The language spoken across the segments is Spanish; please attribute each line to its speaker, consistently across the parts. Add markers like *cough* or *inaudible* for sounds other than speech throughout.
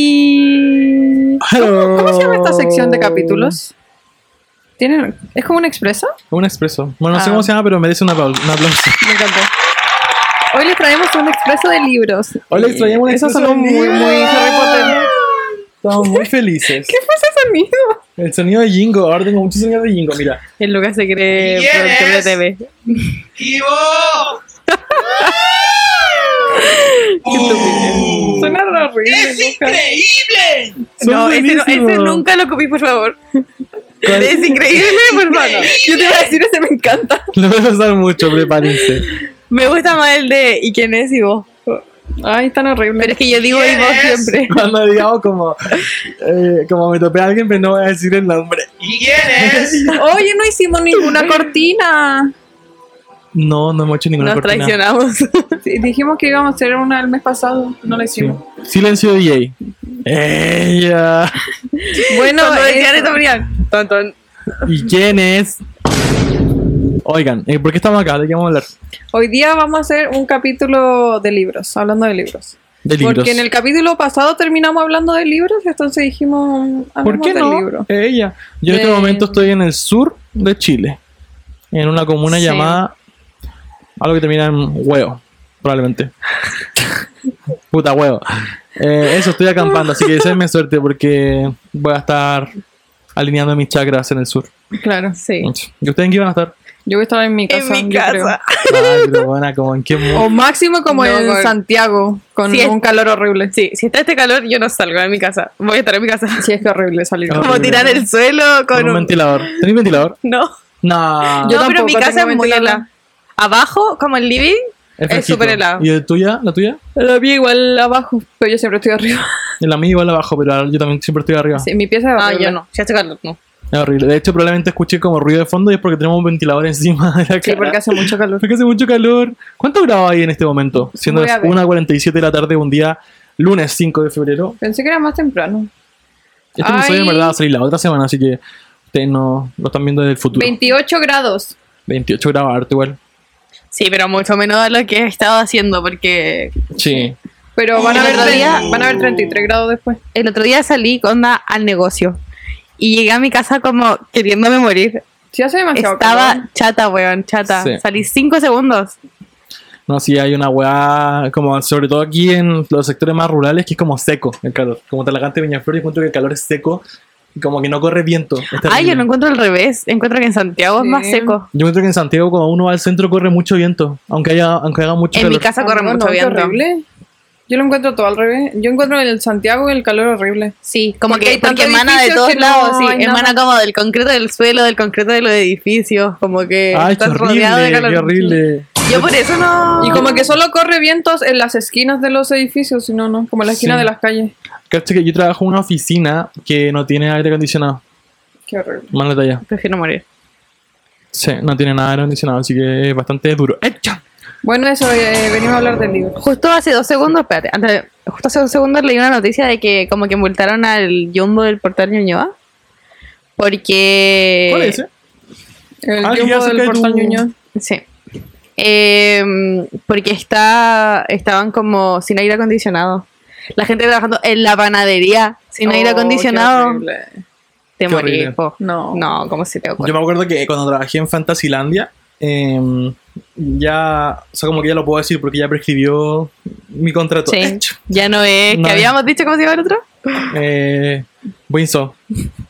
Speaker 1: ¡Holi!
Speaker 2: Hello.
Speaker 1: ¿Cómo, cómo se llama esta sección de capítulos? ¿Tienen, ¿Es como un expreso?
Speaker 2: Un expreso. Bueno, no sé
Speaker 1: Ah.
Speaker 2: cómo se llama, pero merece un aplau- un aplauso.
Speaker 1: Me encantó. Hoy les traemos un expreso de libros.
Speaker 2: Hoy les traemos un
Speaker 1: Esos
Speaker 2: expreso
Speaker 1: son
Speaker 2: de
Speaker 1: muy,
Speaker 2: libros.
Speaker 1: muy Harry Potter.
Speaker 2: Estamos muy
Speaker 1: *laughs*
Speaker 2: felices.
Speaker 1: ¿Qué fue ese sonido?
Speaker 2: El sonido de Jingo. Ahora tengo muchos sonidos de Jingo, mira.
Speaker 1: El Lucas se cree
Speaker 3: ¿Quién
Speaker 1: productor de
Speaker 3: es?
Speaker 1: TV.
Speaker 3: ¡Vivo!
Speaker 1: Qué estúpido.
Speaker 3: Uh.
Speaker 1: Suena re horrible,
Speaker 3: ¡Es
Speaker 1: Lucas.
Speaker 3: increíble!
Speaker 2: Son
Speaker 1: No, ese, no-
Speaker 2: buenísimos.
Speaker 1: ese nunca lo copí, por favor.
Speaker 2: ¿Cuál? *laughs*
Speaker 1: Es increíble, por
Speaker 3: *laughs*
Speaker 1: favor. Yo te iba a decir, ese me encanta.
Speaker 2: Lo voy a usar mucho, prepárense.
Speaker 1: Me gusta más el de ¿y quién es y vos? Ay, tan horrible. Pero es que yo digo y
Speaker 3: ¿Quién
Speaker 1: vos
Speaker 3: es?
Speaker 1: siempre.
Speaker 2: Cuando digamos como, eh, como me topé a alguien, pero no voy a decir el nombre.
Speaker 3: ¿Y quién es?
Speaker 1: *laughs* Oye, no hicimos ninguna cortina.
Speaker 2: No, no hemos hecho ninguna
Speaker 1: Nos
Speaker 2: cortina.
Speaker 1: *laughs* traicionamos. dijimos que íbamos a hacer una el mes pasado, no la
Speaker 2: Sí. Silencio DJ. Ella.
Speaker 1: Bueno, eh,
Speaker 4: Cuando decían
Speaker 1: eso-
Speaker 4: esto, Brian. Ton, ton.
Speaker 2: ¿Y quién es? Oigan, eh, ¿por qué estamos acá? ¿De qué vamos a hablar?
Speaker 1: hoy día vamos a hacer un capítulo de libros, hablando de libros.
Speaker 2: De libros.
Speaker 1: Porque en el capítulo pasado terminamos hablando de libros, entonces dijimos,
Speaker 2: ¿Por
Speaker 1: hablemos
Speaker 2: qué
Speaker 1: del
Speaker 2: no?
Speaker 1: libro.
Speaker 2: Ella. Yo en este
Speaker 1: De-
Speaker 2: momento estoy en el sur de Chile. En una comuna
Speaker 1: Sí.
Speaker 2: llamada. Algo que termina en huevo.
Speaker 1: *laughs*
Speaker 2: Probablemente. Puta huevo. Eh, eso, estoy acampando. así que esa es mi suerte porque voy a estar alineando mis chakras en el sur.
Speaker 1: Claro, sí.
Speaker 2: ¿Y ustedes en qué iban
Speaker 1: *laughs*
Speaker 2: a estar?
Speaker 1: Yo voy a estar en mi casa.
Speaker 4: En mi
Speaker 1: yo creo.
Speaker 4: casa.
Speaker 2: Ay, pero buena, como en qué mundo.
Speaker 1: O máximo como
Speaker 4: No,
Speaker 1: en
Speaker 4: con-
Speaker 1: Santiago, con
Speaker 4: Sí, es-
Speaker 1: un calor horrible.
Speaker 4: Sí, si está este calor, yo no salgo de mi casa. Voy a estar en mi casa.
Speaker 1: Sí, es que horrible salir.
Speaker 2: Como
Speaker 4: Como
Speaker 2: Horrible.
Speaker 4: tirar el suelo
Speaker 2: Con
Speaker 4: con
Speaker 2: un
Speaker 4: un.
Speaker 2: ventilador.
Speaker 1: *laughs*
Speaker 2: ¿Tenéis ventilador?
Speaker 4: No.
Speaker 2: No.
Speaker 1: Yo
Speaker 4: no, pero mi
Speaker 1: tampoco
Speaker 4: casa
Speaker 1: tengo
Speaker 4: es muy
Speaker 1: ventilador.
Speaker 4: helada. Abajo, como el living, es
Speaker 2: fresquito.
Speaker 4: súper helado.
Speaker 2: ¿Y el tuya? ¿La tuya?
Speaker 1: Lo vi igual abajo, pero yo siempre estoy arriba.
Speaker 2: La mía igual abajo, pero yo también siempre estoy arriba.
Speaker 1: Sí, mi pieza es
Speaker 4: Ah,
Speaker 1: horrible.
Speaker 4: yo no. Si hace calor, no.
Speaker 2: Es horrible. De hecho, probablemente escuché como ruido de fondo y es porque tenemos un ventilador encima de la
Speaker 1: Sí,
Speaker 2: cara.
Speaker 1: porque hace mucho calor.
Speaker 2: Porque hace mucho calor. ¿Cuánto grados hay en este momento? Siendo
Speaker 1: Voy a
Speaker 2: las
Speaker 1: ver.
Speaker 2: 1.47 de la tarde, un día lunes 5 de febrero.
Speaker 1: Pensé que era más temprano.
Speaker 2: Este
Speaker 1: Ay.
Speaker 2: episodio en verdad va a salir la otra semana, así que ustedes no lo están viendo desde el futuro.
Speaker 1: 28 grados.
Speaker 2: 28 grados, harto igual.
Speaker 4: Sí, pero mucho menos de lo que he estado haciendo, porque
Speaker 2: Sí.
Speaker 1: Pero van a
Speaker 4: El
Speaker 1: ver,
Speaker 4: otro
Speaker 1: tre-
Speaker 4: día-
Speaker 1: van a ver 33 grados después.
Speaker 4: el otro día salí con onda al negocio. Y llegué a mi casa como queriéndome morir.
Speaker 1: Sí, hace demasiado calor.
Speaker 4: Estaba chata, weón, chata.
Speaker 2: Sí.
Speaker 4: Salí cinco segundos.
Speaker 2: No, sí, hay una weá, como sobre todo aquí en los sectores más rurales, que es como seco el calor. Como Talagante, Peñaflor, yo encuentro que el calor es seco y como que no corre viento. Es
Speaker 4: Ay,
Speaker 2: terrible.
Speaker 4: yo lo encuentro al revés. Encuentro que en Santiago
Speaker 1: Sí.
Speaker 4: es más seco.
Speaker 2: Yo encuentro que en Santiago cuando uno va al centro corre mucho viento, aunque haya, aunque haga mucho
Speaker 4: En mi
Speaker 2: calor.
Speaker 4: casa corre
Speaker 1: Ah, no,
Speaker 4: mucho
Speaker 1: no, qué
Speaker 4: viento.
Speaker 1: horrible. Yo lo encuentro todo al revés. Yo encuentro en el Santiago el calor horrible.
Speaker 4: Sí, como
Speaker 1: Porque hay
Speaker 4: que porque
Speaker 1: tantos
Speaker 4: emana de
Speaker 1: edificios
Speaker 4: todos
Speaker 1: que no
Speaker 4: lados, sí,
Speaker 1: hay
Speaker 4: emana
Speaker 1: nada.
Speaker 4: como del concreto del suelo, del concreto de los edificios, como que
Speaker 2: Ay, Ah, qué
Speaker 4: estás rodeado eh, de
Speaker 2: horrible,
Speaker 4: calor.
Speaker 2: qué horrible.
Speaker 4: Yo por eso no.
Speaker 1: Y como que solo corre vientos en las esquinas de los edificios, si no, no, como en la esquina
Speaker 2: Sí.
Speaker 1: de las calles.
Speaker 2: Cacha que yo trabajo en una oficina que no tiene aire acondicionado.
Speaker 1: Qué horrible.
Speaker 2: Más detallado.
Speaker 4: Prefiero morir.
Speaker 2: Sí, no tiene nada de aire acondicionado, así que es bastante duro. ¡Echa!
Speaker 1: Bueno, eso, eh, venimos a hablar del libro.
Speaker 4: Justo hace dos segundos, espérate, antes, justo hace dos segundos leí una noticia de que como que multaron al jumbo del portal Ñuñoa. Porque.
Speaker 2: ¿Cuál es eh? ese?
Speaker 1: El
Speaker 2: Ah,
Speaker 1: tiempo
Speaker 2: ya sé
Speaker 1: del
Speaker 2: que tú-
Speaker 1: portal Ñuñoa.
Speaker 4: Sí. Em, porque está, estaban como sin aire acondicionado. La gente trabajando en la panadería sin
Speaker 1: Oh,
Speaker 4: aire
Speaker 1: qué
Speaker 4: acondicionado.
Speaker 1: horrible.
Speaker 4: Te
Speaker 2: Qué horrible.
Speaker 4: morís, po.
Speaker 1: No.
Speaker 4: No, ¿cómo se te ocurre?
Speaker 2: Yo me acuerdo que cuando trabajé en Fantasylandia, eh, ya, o sea, como que ya lo puedo decir porque ya prescribió mi contrato.
Speaker 4: Sí,
Speaker 2: Echa.
Speaker 4: ya no es.
Speaker 2: No
Speaker 4: ¿Que
Speaker 2: es.
Speaker 4: habíamos dicho cómo se llama el otro?
Speaker 2: Eh, Winsor. *laughs*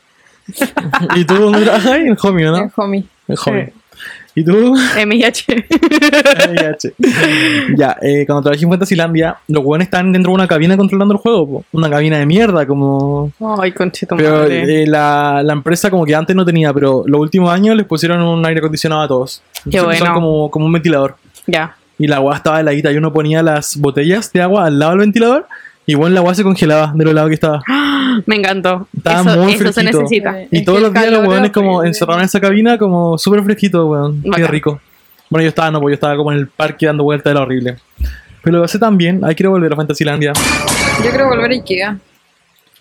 Speaker 2: ¿Y tú dónde *laughs* trabajas? En Homie, ¿o
Speaker 1: El
Speaker 2: ¿no?
Speaker 1: homie.
Speaker 2: En Homie. ¿Y tú? *laughs*
Speaker 4: MIH.
Speaker 2: VIH. ya, eh, cuando trabajé en Fantasylandia, los weones estaban dentro de una cabina controlando el juego, po. una cabina de mierda, como...
Speaker 4: Ay, conchito
Speaker 2: Pero
Speaker 4: madre.
Speaker 2: eh, la, la empresa como que antes no tenía, pero los últimos años les pusieron un aire acondicionado a todos. Entonces,
Speaker 4: bueno.
Speaker 2: usan como, como un ventilador.
Speaker 4: Ya.
Speaker 2: Y la agua estaba heladita y uno ponía las botellas de agua al lado del ventilador y bueno, la agua se congelaba de lo helado que estaba.
Speaker 4: Me encantó.
Speaker 2: Estaba
Speaker 4: eso
Speaker 2: muy
Speaker 4: eso se
Speaker 2: fresquito.
Speaker 4: necesita.
Speaker 1: Eh,
Speaker 2: Y
Speaker 1: es
Speaker 2: todos
Speaker 1: que el
Speaker 2: los días los
Speaker 1: calor
Speaker 2: weones como
Speaker 1: horrible.
Speaker 2: encerrados en esa cabina como súper fresquito, weón. Qué
Speaker 4: Bacán.
Speaker 2: rico. Bueno, yo estaba, no, pues yo estaba como en el parque dando vueltas, era horrible. Pero lo pasé tan bien, ahí quiero volver a Fantasylandia.
Speaker 1: Yo quiero volver a Ikea.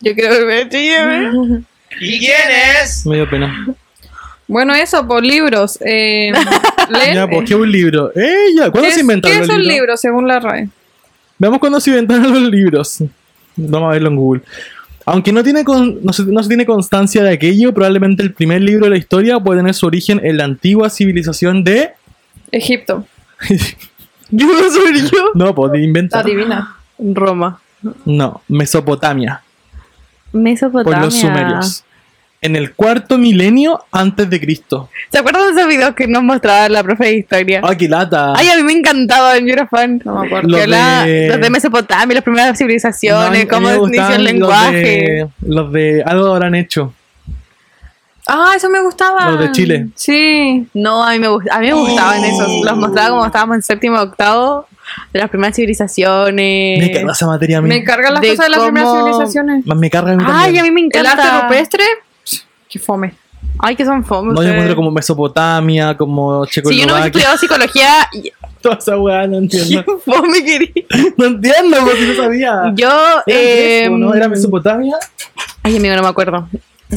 Speaker 4: Yo quiero volver a Chile, ¿eh?
Speaker 3: ¿Y quién es?
Speaker 2: Me dio pena.
Speaker 1: Bueno, eso, por libros.
Speaker 4: *laughs*
Speaker 1: Eh, leen-
Speaker 2: Ya, pues, ¿qué es un libro? ¡Eh, ya! ¿Cuándo
Speaker 1: ¿Qué
Speaker 2: se
Speaker 1: es-
Speaker 2: inventaron
Speaker 1: ¿Qué
Speaker 2: los
Speaker 1: es un
Speaker 2: libros?
Speaker 1: libro según la RAE?
Speaker 2: Veamos cuándo se inventaron los libros. Vamos a verlo en Google. Aunque no, tiene con- no, se, no se tiene constancia de aquello, probablemente el primer libro de la historia puede tener su origen en la antigua civilización de...
Speaker 1: Egipto.
Speaker 4: Yo no soy yo.
Speaker 2: no, pues
Speaker 4: Ah.
Speaker 2: inventa.
Speaker 1: Adivina.
Speaker 4: Roma.
Speaker 2: No, Mesopotamia,
Speaker 4: Mesopotamia.
Speaker 2: por los sumerios. En el cuarto milenio antes de Cristo.
Speaker 4: ¿Se acuerdan de esos videos que nos mostraba la profe de historia?
Speaker 2: ¡Ah, qué lata!
Speaker 4: Ay, a mí me encantaba en Eurofan.
Speaker 1: No me acuerdo.
Speaker 2: Los
Speaker 4: Los,
Speaker 2: de-
Speaker 4: de... los de Mesopotamia, las primeras
Speaker 2: No, a mí-
Speaker 4: civilizaciones,
Speaker 2: a mí
Speaker 4: cómo
Speaker 2: me
Speaker 4: inició
Speaker 2: gustaban
Speaker 4: el lenguaje.
Speaker 2: Los de, los de algo habrán hecho.
Speaker 1: Ah, eso me gustaba.
Speaker 2: Los de Chile.
Speaker 1: Sí.
Speaker 4: No, a mí me, gust- a mí me
Speaker 2: Oh.
Speaker 4: gustaban esos. Los mostraba como estábamos en séptimo octavo, de las primeras civilizaciones.
Speaker 2: me carga esa materia a mí.
Speaker 1: Me cargan las
Speaker 4: de
Speaker 1: cosas de las primeras
Speaker 4: cómo-
Speaker 1: civilizaciones.
Speaker 2: Más me carga a mí
Speaker 4: Ay,
Speaker 2: también.
Speaker 4: a mí me
Speaker 1: El
Speaker 4: encanta.
Speaker 1: arte rupestre. pss, Qué fome.
Speaker 4: Ay, que son fome.
Speaker 2: No, yo
Speaker 4: ustedes.
Speaker 2: encuentro como Mesopotamia, como
Speaker 4: Si yo no hubiese
Speaker 2: Checoslovaquia.
Speaker 4: estudiado psicología,
Speaker 2: *laughs* Toda esa weá, no entiendo.
Speaker 4: *laughs* ¿quién fome quería?
Speaker 2: no entiendo, porque no sabía.
Speaker 4: Yo.
Speaker 2: Era
Speaker 4: Eh,
Speaker 2: griego, ¿no? ¿Era Mesopotamia?
Speaker 4: Ay, amigo, no me acuerdo.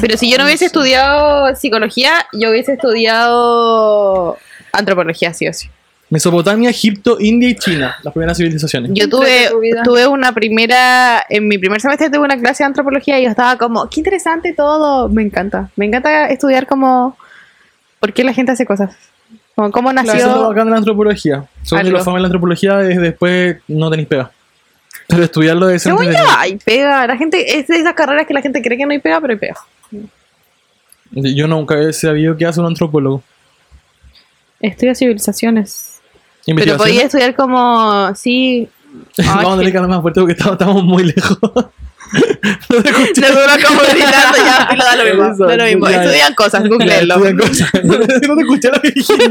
Speaker 4: Pero si yo no hubiese estudiado psicología, yo hubiese estudiado antropología, sí o sí.
Speaker 2: Mesopotamia, Egipto, India y China, las primeras civilizaciones.
Speaker 4: Yo tuve,
Speaker 1: Entrete tu vida.
Speaker 4: tuve una primera, en mi primer semestre tuve una clase de antropología y yo estaba como, qué interesante todo, me encanta, me encanta estudiar como, por qué la gente hace cosas, como cómo
Speaker 2: Claro, Ah, eso es lo
Speaker 4: nació.
Speaker 2: bacán de la antropología. Según yo,
Speaker 4: Algo.
Speaker 2: lo fama de la antropología es después no tenéis pega. Pero estudiarlo es
Speaker 4: Según yo,
Speaker 2: entretenido.
Speaker 4: hay pega, la gente, es de esas carreras que la gente cree que no hay pega, pero hay pega.
Speaker 2: Yo nunca he sabido qué hace un antropólogo.
Speaker 4: Estudia civilizaciones. Pero
Speaker 2: Investigación. *laughs*
Speaker 4: podía estudiar como, sí,
Speaker 2: Vamos a tener que hablar más fuerte porque estamos, estamos muy lejos. *laughs* no te
Speaker 4: *laughs*
Speaker 2: escuché.
Speaker 4: como gritando, ya, y lo da lo mismo,
Speaker 2: Eso,
Speaker 4: da lo mismo.
Speaker 2: ya, ya.
Speaker 4: Estudian cosas,
Speaker 2: Ya,
Speaker 4: googleenlo.
Speaker 2: estudian cosas. *laughs* No te no te escuché lo que dijiste.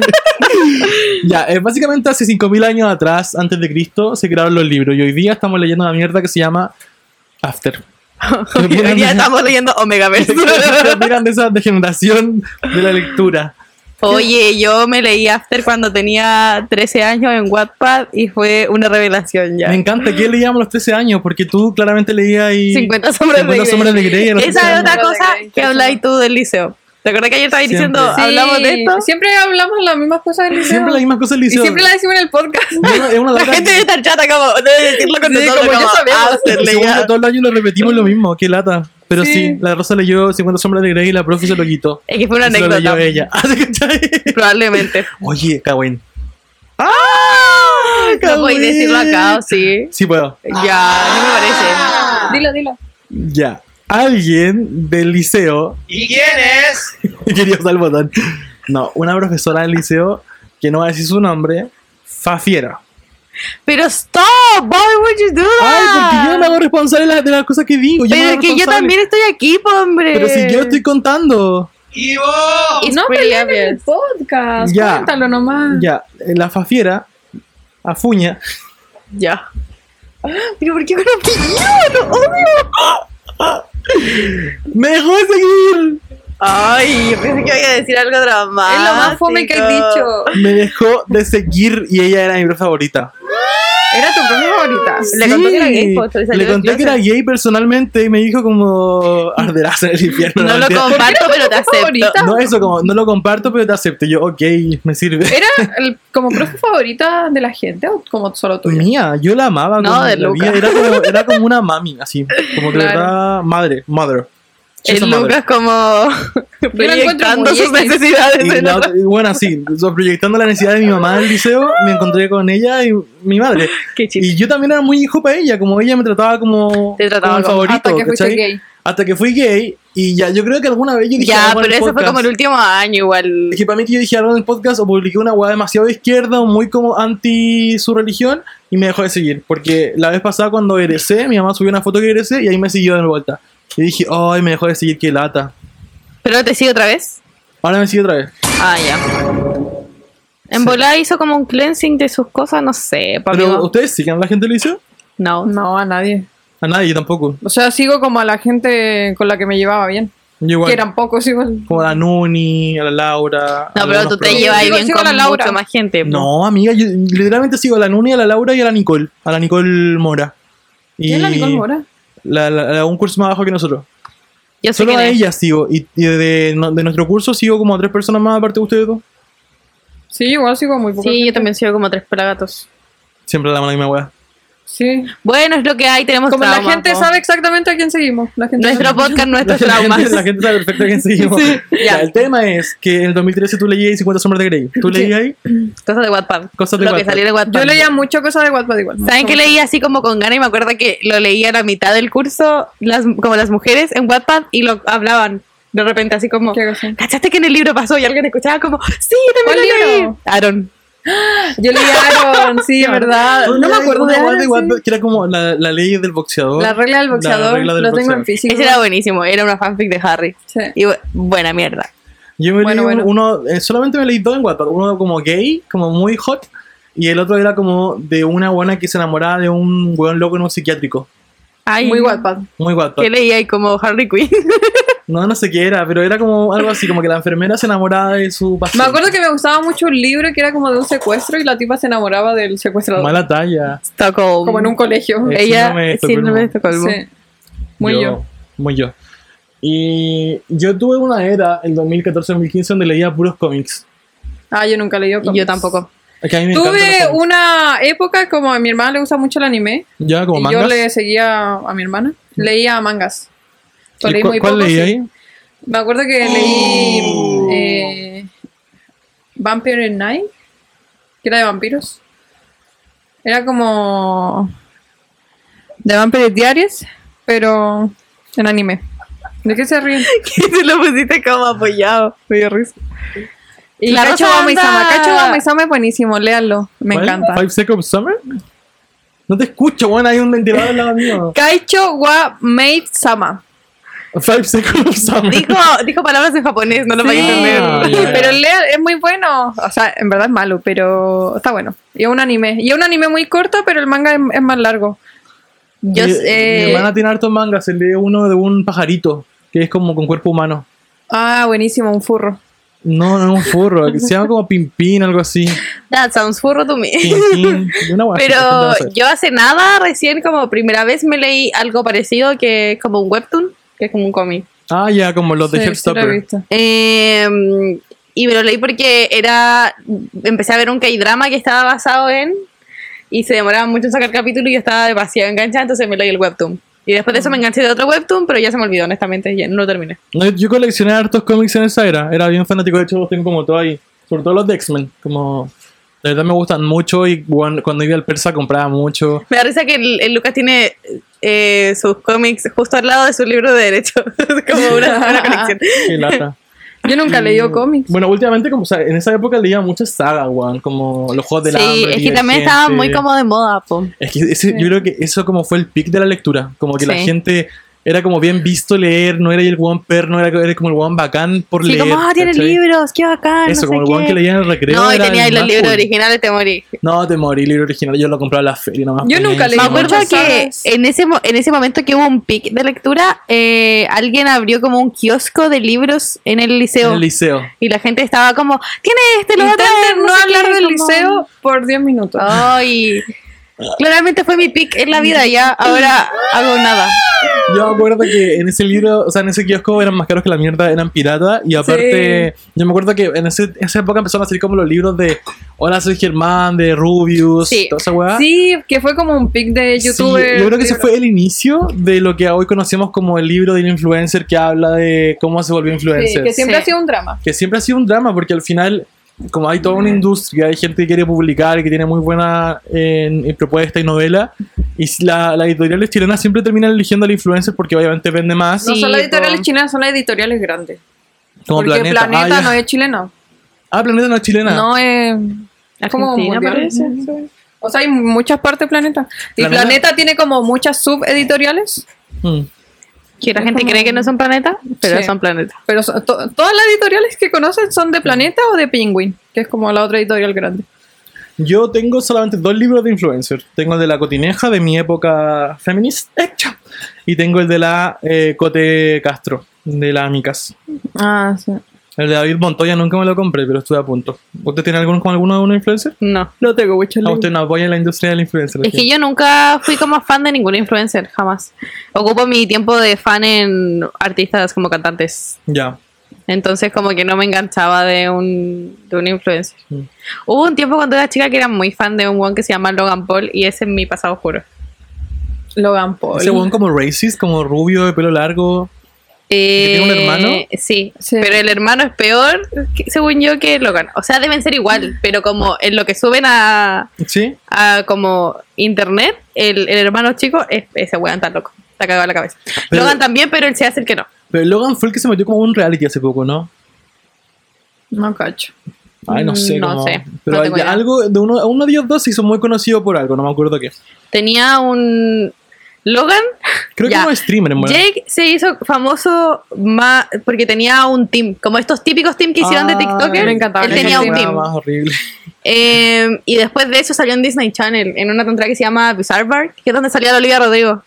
Speaker 2: *laughs* ya, eh, básicamente hace 5.000 años atrás, antes de Cristo, se crearon los libros. Y hoy día estamos leyendo una mierda que se llama
Speaker 4: *laughs*
Speaker 2: After. ¿Qué
Speaker 4: *laughs* Hoy
Speaker 2: opinan de-
Speaker 4: día estamos leyendo
Speaker 2: *laughs*
Speaker 4: Omega Verse.
Speaker 2: ¿Qué opinan de esa degeneración de la lectura?
Speaker 4: Oye, yo me leí After cuando tenía 13 años en Wattpad y fue una revelación ya.
Speaker 2: Me encanta que leíamos a los 13 años, porque tú claramente leías ahí...
Speaker 4: 50 sombras
Speaker 2: 50
Speaker 4: de
Speaker 2: sombras de
Speaker 4: Grey.
Speaker 2: Grey. a los 13
Speaker 4: Esa es
Speaker 2: años.
Speaker 4: otra
Speaker 1: Sombras de
Speaker 4: cosa
Speaker 1: Grey,
Speaker 4: que habláis tú del liceo. ¿Te acuerdas que ayer estabas
Speaker 2: Siempre.
Speaker 4: diciendo,
Speaker 1: Sí,
Speaker 4: hablamos de esto?
Speaker 1: Siempre hablamos las mismas cosas del liceo.
Speaker 2: Siempre las mismas cosas del
Speaker 1: Y
Speaker 2: liceo.
Speaker 1: siempre la decimos en el podcast.
Speaker 2: Es una
Speaker 4: *laughs* La
Speaker 2: lata-
Speaker 4: gente debe estar chata como, debe decirlo con
Speaker 1: Sí,
Speaker 4: nosotros,
Speaker 1: como ya
Speaker 4: como,
Speaker 1: sabíamos.
Speaker 2: Según
Speaker 4: After, leía.
Speaker 2: yo, todos los años lo repetimos lo mismo, qué lata. Pero sí.
Speaker 1: Sí.
Speaker 2: la Rosa leyó 50 sombras de Grey y la profe se lo quitó.
Speaker 4: Es que fue una
Speaker 2: Y se lo
Speaker 4: anécdota.
Speaker 2: leyó ella. *laughs* Ah, ¿te cachai?
Speaker 4: Probablemente.
Speaker 2: Oye, Cahuén. ¡Ah!
Speaker 4: No voy a
Speaker 2: Cahuén.
Speaker 4: decirlo acá, ¿o sí.
Speaker 2: Sí puedo.
Speaker 4: Ya, no me
Speaker 1: *laughs*
Speaker 4: parece.
Speaker 1: Dilo, dilo.
Speaker 2: Ya. Alguien del liceo
Speaker 3: ¿Y quién es?
Speaker 2: *laughs* quería usar el botón. No, una profesora del liceo que no va a decir su nombre, Fafiera.
Speaker 4: Pero stop, why would you do
Speaker 2: Ay,
Speaker 4: that?
Speaker 2: porque yo no me hago responsable de las, de las cosas que digo. Yo me
Speaker 4: Ah. Pero
Speaker 2: hago
Speaker 4: que yo
Speaker 2: responsable.
Speaker 4: también eh, estoy aquí, po, hombre.
Speaker 2: Pero si yo estoy contando.
Speaker 3: ¿Y vos?
Speaker 4: It's
Speaker 1: no
Speaker 4: pretty
Speaker 1: peleen en el
Speaker 4: obvious.
Speaker 1: podcast.
Speaker 2: Ya.
Speaker 1: Cuéntalo nomás.
Speaker 2: Ya, eh, la Fafiera, Afuña.
Speaker 4: Ya. Pero ¿por qué con apellido? ¡Lo odio!
Speaker 2: ¡Me dejó de seguir!
Speaker 4: Ay, yo pensé que iba a decir algo dramático.
Speaker 1: Es lo
Speaker 2: Ah,
Speaker 1: más fome que he dicho.
Speaker 2: Me dejó de seguir y ella era mi profe favorita.
Speaker 1: Era tu profe favorita.
Speaker 4: Le contó que era gay, po, se le salió
Speaker 2: Le
Speaker 4: del
Speaker 2: conté que era
Speaker 4: closet.
Speaker 2: gay personalmente y me dijo como arderás en el infierno.
Speaker 4: No lo
Speaker 2: mentira.
Speaker 4: comparto, pero te acepto.
Speaker 1: favorita?
Speaker 2: No, eso como, no lo comparto, pero te acepto. Yo, ok, me sirve.
Speaker 4: *laughs*
Speaker 1: ¿Era el- como profe favorita de la gente o como solo tuya?
Speaker 2: Pues Mía, yo la amaba.
Speaker 4: No,
Speaker 2: como
Speaker 4: de
Speaker 2: la
Speaker 4: Luca.
Speaker 2: vida. Era como, era como una mami, así. Como que de
Speaker 1: Claro.
Speaker 2: verdad, madre, mother. She's a
Speaker 4: El
Speaker 2: mother.
Speaker 4: Lucas como proyectando
Speaker 1: muy
Speaker 4: sus
Speaker 1: X.
Speaker 4: necesidades.
Speaker 2: Y
Speaker 4: en
Speaker 2: la
Speaker 4: otro-
Speaker 2: otra- y bueno, sí, so- proyectando la necesidad de mi mamá en el liceo, me encontré con ella y mi madre.
Speaker 4: Qué chiste.
Speaker 2: Y yo también era muy hijo para ella, como ella me trataba como,
Speaker 4: Te trataba
Speaker 2: como el
Speaker 4: como-
Speaker 2: favorito.
Speaker 1: Hasta que fuiste
Speaker 2: ¿cachai?
Speaker 1: gay.
Speaker 2: Hasta que fui gay y ya, yo creo que alguna vez yo dije
Speaker 4: Ya,
Speaker 2: algo en
Speaker 4: pero eso fue
Speaker 2: podcast.
Speaker 4: como el último año igual.
Speaker 2: Es que para mí que yo dije algo en el podcast o publiqué una hueá demasiado de izquierda o muy como anti su religión y me dejó de seguir. Porque la vez pasada cuando egresé, mi mamá subió una foto que egresé y ahí me siguió de vuelta. Y dije, ay, me dejó de seguir, qué lata.
Speaker 4: ¿Pero no te sigue otra vez?
Speaker 2: Ahora me sigue otra vez.
Speaker 4: Ah, ya. En volada hizo como un cleansing de sus cosas, no sé, pa'
Speaker 2: Pero,
Speaker 4: amigo.
Speaker 2: ¿ustedes siguen a la gente del liceo?
Speaker 4: No.
Speaker 1: No, a nadie.
Speaker 2: A nadie tampoco.
Speaker 1: O sea, sigo como a la gente con la que me llevaba bien.
Speaker 2: Yo igual.
Speaker 1: Que eran pocos igual.
Speaker 2: Como a la Nuni, a la Laura. a
Speaker 4: No, pero
Speaker 2: algunos
Speaker 4: tú te
Speaker 2: profes.
Speaker 1: problemas.
Speaker 4: llevas
Speaker 1: Sigo-
Speaker 4: bien
Speaker 1: sigo
Speaker 4: con
Speaker 1: a la Laura.
Speaker 4: mucho más gente. po.
Speaker 2: No, amiga, yo literalmente sigo a la Nuni, a la Laura y a la Nicole. A la Nicole Mora. Y
Speaker 1: ¿Quién es la Nicole Mora?
Speaker 2: La, la- la- un curso más abajo que nosotros.
Speaker 4: Yo sé
Speaker 2: Solo
Speaker 4: quién
Speaker 2: a
Speaker 4: es.
Speaker 2: ella sigo. Y, y de, de nuestro curso sigo como a tres personas más aparte de ustedes dos.
Speaker 1: Sí, igual sigo muy poco.
Speaker 4: Sí, yo también sigo como tres pelagatos.
Speaker 2: Siempre la misma weá.
Speaker 1: Sí.
Speaker 4: Bueno, es lo que hay, tenemos
Speaker 1: Como la
Speaker 4: traumas,
Speaker 1: gente
Speaker 4: po.
Speaker 1: sabe exactamente a quién seguimos. La gente
Speaker 4: Nuestro
Speaker 1: sabe.
Speaker 4: podcast,
Speaker 2: La
Speaker 4: nuestros
Speaker 2: gente, la
Speaker 4: traumas.
Speaker 2: gente- la gente sabe perfecto
Speaker 1: *laughs*
Speaker 2: quién seguimos.
Speaker 1: ya.
Speaker 2: Ya, el tema es que en el 2013 tú leías 50 sombras de Grey. Tú leías ahí
Speaker 4: Cosas de Wattpad.
Speaker 2: Cosas de
Speaker 4: lo que
Speaker 2: Wattpad.
Speaker 4: salió de Wattpad.
Speaker 1: Yo leía mucho cosas de Wattpad igual.
Speaker 4: ¿Saben que leí así como con ganas? Y me acuerdo que lo leía a la mitad del curso, las, como las mujeres en Wattpad, y lo hablaban de repente así como...
Speaker 1: ¿Qué cosa?
Speaker 4: ¿Cachaste que en el libro pasó? Y alguien escuchaba como... ¡Sí, yo
Speaker 1: ¿Cuál
Speaker 4: también lo
Speaker 1: libro?
Speaker 4: leí! Aaron.
Speaker 1: Yo leía Aaron,
Speaker 4: *laughs*
Speaker 1: sí, es verdad.
Speaker 2: Tú
Speaker 1: No me
Speaker 2: leías
Speaker 1: acuerdo
Speaker 2: una
Speaker 1: de
Speaker 2: weá
Speaker 1: Aaron,
Speaker 2: de
Speaker 1: sí.
Speaker 2: Wattpad que era como la, la ley del boxeador.
Speaker 1: La regla del
Speaker 2: La
Speaker 1: boxeador,
Speaker 2: regla del
Speaker 1: lo tengo en
Speaker 2: boxeador.
Speaker 1: físico.
Speaker 4: Ese era buenísimo, era una fanfic de Harry.
Speaker 1: Sí.
Speaker 4: Y bu- buena mierda.
Speaker 2: Yo me
Speaker 1: Bueno,
Speaker 2: leí
Speaker 1: bueno.
Speaker 2: uno, eh, solamente me leí dos en Wattpad. Uno como gay, como muy hot. Y el otro era como de una buena que se enamoraba de un weón loco en un psiquiátrico.
Speaker 4: Ay,
Speaker 1: Muy Wattpad.
Speaker 2: Muy Wattpad.
Speaker 4: Que leía y como Harley Quinn.
Speaker 2: No, no sé qué era, pero era como algo así, como que la enfermera se enamoraba de su
Speaker 1: Me
Speaker 2: paciente.
Speaker 1: acuerdo que me gustaba mucho un libro que era como de un secuestro y la tipa se enamoraba del secuestrador.
Speaker 2: Mala talla.
Speaker 4: *laughs* Stockholm.
Speaker 1: Como en un colegio.
Speaker 2: Eh,
Speaker 4: Ella,
Speaker 2: síndrome de
Speaker 4: síndrome de Estocolmo. *laughs*
Speaker 1: Sí. Muy yo.
Speaker 2: Muy yo. Y yo tuve una era, el 2014-2015, donde leía puros cómics.
Speaker 1: Ah, yo nunca leí
Speaker 4: Y yo tampoco.
Speaker 2: Es que a mí me
Speaker 1: Tuve
Speaker 2: encantan los cómics.
Speaker 1: una época como a mi hermana le gusta mucho el anime.
Speaker 2: ¿Ya? ¿Como
Speaker 1: y
Speaker 2: mangas? Mm.
Speaker 1: yo le seguía a mi hermana. Leía mangas. Lo
Speaker 2: ¿Y
Speaker 1: leí
Speaker 2: cu-
Speaker 1: muy
Speaker 2: ¿Cuál
Speaker 1: poco,
Speaker 2: leí
Speaker 1: sí.
Speaker 2: ahí?
Speaker 1: Me acuerdo que leí eh, Vampire Night, que era de vampiros. Era como de Vampire Diaries, pero en anime. ¿De qué se ríen?
Speaker 4: Que se lo pusiste como apoyado. Me dio risa.
Speaker 1: Y
Speaker 4: La
Speaker 1: Cacho
Speaker 4: Rosa
Speaker 1: Bama Isama.
Speaker 4: anda-
Speaker 1: Cacho Bama Isama es buenísimo, léanlo. Me
Speaker 2: ¿Cuál?
Speaker 1: encanta.
Speaker 2: ¿Five Seconds of Summer? No te escucho, bueno, hay un ventilador al lado
Speaker 1: *laughs*
Speaker 2: mío.
Speaker 1: Kaicho wa Maid Sama.
Speaker 2: Five Seconds of Summer.
Speaker 4: Dijo, dijo palabras en japonés, *laughs* no lo voy a entender.
Speaker 2: Ah, ya.
Speaker 1: pero lea, es muy bueno. O sea, en verdad es malo, pero está bueno. Y es un anime. Y es un anime muy corto, pero el manga es, es más largo.
Speaker 4: Yo,
Speaker 2: mi,
Speaker 4: eh,
Speaker 2: mi hermana tiene hartos mangas, se lee uno de un pajarito, que es como con cuerpo humano.
Speaker 1: Ah, buenísimo, un furro.
Speaker 2: No, no es un furro, que se llama como Pimpín, algo así.
Speaker 4: That sounds furro to me. *laughs*
Speaker 2: Pimpín, una guay,
Speaker 4: Pero yo hace nada, recién como primera vez me leí algo parecido que es como un webtoon, que es como un cómic.
Speaker 2: Ah, ya, como los
Speaker 1: Sí,
Speaker 2: de
Speaker 1: sí lo he
Speaker 2: Headstopper.
Speaker 1: visto.
Speaker 4: Eh, y me lo leí porque era. Empecé a ver un K-drama que estaba basado en. Y se demoraba mucho en sacar capítulo y yo estaba demasiado enganchada, entonces me leí el webtoon. Y después de eso me
Speaker 2: Mm.
Speaker 4: enganché de otro webtoon, pero ya se me olvidó, honestamente, ya no lo terminé.
Speaker 2: No, yo coleccioné hartos cómics en esa era. Era bien fanático, de hecho los tengo como todo ahí. Sobre todo los de X-Men. Como, la verdad me gustan mucho y cuan- cuando iba al persa compraba mucho.
Speaker 4: Me da risa que el, el Lucas tiene eh, sus cómics justo al lado de su libro de derecho. *laughs* como
Speaker 2: *laughs*
Speaker 4: una, una colección.
Speaker 2: Qué
Speaker 4: *laughs*
Speaker 2: lata.
Speaker 1: Yo nunca
Speaker 2: Mm.
Speaker 1: he leído cómics.
Speaker 2: Bueno, últimamente, como, o sea, en esa época leía muchas sagas, weón, como los juegos de la
Speaker 4: Sí, es que también estaba muy como de moda, po.
Speaker 2: Es que ese- yo creo que eso como fue el pic de la lectura, como que la
Speaker 4: Sí.
Speaker 2: gente era como bien visto leer, no era el weón perno, era, era como el weón bacán por
Speaker 4: Sí,
Speaker 2: leer.
Speaker 4: como, ah, tiene
Speaker 2: ¿cachai?
Speaker 4: libros, qué
Speaker 1: Ah,
Speaker 4: bacán.
Speaker 2: Eso,
Speaker 4: no
Speaker 2: como el
Speaker 4: sé
Speaker 2: weón
Speaker 4: qué.
Speaker 2: que leía en el recreo.
Speaker 4: No, y
Speaker 2: era
Speaker 4: tenía
Speaker 2: el
Speaker 4: los
Speaker 2: más
Speaker 4: libros
Speaker 2: cool.
Speaker 4: originales, te morí.
Speaker 2: No, te morí, libro original, yo lo compraba en la feria nomás. pues.
Speaker 1: Yo
Speaker 2: ponía
Speaker 1: nunca
Speaker 2: ahí,
Speaker 1: leí
Speaker 4: Me
Speaker 2: sí,
Speaker 1: mucho.
Speaker 4: acuerdo
Speaker 1: muchas
Speaker 4: que
Speaker 1: sagas.
Speaker 4: en ese, mo- en ese momento que hubo un pic de lectura, eh, alguien abrió como un kiosco de libros en el
Speaker 2: En
Speaker 4: liceo.
Speaker 2: el liceo.
Speaker 4: y la gente estaba como, tiene este, lo voy a traer",
Speaker 1: Intenten no
Speaker 4: sé
Speaker 1: hablar
Speaker 4: qué,
Speaker 1: del
Speaker 4: como-
Speaker 1: liceo por 10 minutos.
Speaker 4: Ay, claramente fue mi pic en la vida, ya ahora hago nada.
Speaker 2: Yo me acuerdo que en ese libro, o sea, en ese kiosco eran más caros que la mierda, eran pirata. Y aparte, yo me acuerdo que en ese- esa época empezaron a salir como los libros de Hola, soy Germán, de Rubius,
Speaker 4: Sí.
Speaker 2: toda esa weá.
Speaker 1: Sí, que fue como un pic de
Speaker 2: Ah. Sí,
Speaker 1: youtuber.
Speaker 2: yo creo que ese
Speaker 1: libro.
Speaker 2: fue el inicio de lo que hoy conocemos como el libro del influencer que habla de cómo se volvió
Speaker 1: Sí,
Speaker 2: influencer.
Speaker 1: que siempre
Speaker 4: Sí.
Speaker 1: ha sido un drama.
Speaker 2: que siempre ha sido un drama porque al final como hay toda una industria hay gente que quiere publicar y que tiene muy buena eh, eh, propuesta y novela y si la, las editoriales chilenas siempre terminan eligiendo al influencer porque obviamente vende más
Speaker 1: No
Speaker 4: Sí,
Speaker 1: son las editoriales
Speaker 4: po.
Speaker 1: chinas, son las editoriales grandes.
Speaker 2: como
Speaker 1: porque
Speaker 2: Planeta
Speaker 1: Planeta,
Speaker 2: ah, ya.
Speaker 1: no es chileno.
Speaker 2: Ah, Planeta no es chilena
Speaker 1: No es. es como
Speaker 4: Argentina,
Speaker 1: mundial.
Speaker 4: parece.
Speaker 1: O sea, hay muchas partes de Planeta. Y
Speaker 2: Planeta-
Speaker 1: Planeta, tiene como muchas subeditoriales,
Speaker 2: Mm.
Speaker 4: Que la
Speaker 1: Es
Speaker 4: gente
Speaker 1: como-
Speaker 4: cree que no son planetas, pero
Speaker 1: Sí.
Speaker 4: son planetas.
Speaker 1: pero son- to- todas las editoriales que conocen son de Planeta o de Penguin, que es como la otra editorial grande.
Speaker 2: yo tengo solamente dos libros de influencer tengo el de la cotineja de mi época feminist hecha, y tengo el de la eh, Cote Castro de la Amicas
Speaker 1: Ah, sí.
Speaker 2: El de David Montoya nunca me lo compré, pero estuve a punto. ¿Usted tiene alguno con alguno de unos influencers?
Speaker 4: No.
Speaker 1: No tengo mucho
Speaker 2: Ah, usted no apoya la industria del influencer.
Speaker 4: Es que yo nunca fui como fan de ningún influencer, jamás. Ocupo mi tiempo de fan en artistas como cantantes.
Speaker 2: Ya.
Speaker 4: Entonces como que no me enganchaba de un, de un influencer.
Speaker 2: Mm.
Speaker 4: Hubo un tiempo cuando era chica que era muy fan de un one que se llama Logan Paul y ese es mi pasado oscuro.
Speaker 1: Logan Paul.
Speaker 2: Ese weón como racist, como rubio, de pelo largo.
Speaker 4: Eh,
Speaker 2: tiene un hermano?
Speaker 4: Sí,
Speaker 1: Sí.
Speaker 4: pero el hermano es peor, que- según yo, que Logan. O sea, deben ser igual, pero como en lo que suben a,
Speaker 2: ¿Sí?
Speaker 4: a como internet, el, el hermano chico es ese weón tan loco. Está cagado en la cabeza.
Speaker 2: Pero-
Speaker 4: Logan también, pero él se hace el que no.
Speaker 2: Pero Logan fue el que se metió como a un reality hace poco, ¿no?
Speaker 1: No cacho.
Speaker 2: Ay, no sé.
Speaker 4: Mm, No
Speaker 2: como-
Speaker 4: sé,
Speaker 2: Pero
Speaker 4: no tengo
Speaker 2: hay-
Speaker 4: idea.
Speaker 2: algo de uno, uno de ellos dos se hizo muy conocido por algo, no me acuerdo qué.
Speaker 4: Tenía un. Logan.
Speaker 2: Creo
Speaker 4: Ya.
Speaker 2: que era un streamer, en verdad.
Speaker 4: Jake se hizo famoso más porque tenía un team, como estos típicos team que hicieron de
Speaker 2: Ah,
Speaker 4: TikToker.
Speaker 1: me encantaba
Speaker 4: Él
Speaker 1: ese
Speaker 4: tenía un
Speaker 1: tema.
Speaker 4: team.
Speaker 2: Nada más horrible.
Speaker 4: Eh, y después de eso salió en Disney Channel, en una tontería que se llama Bizarre Bar, que es donde salía la Olivia Rodrigo.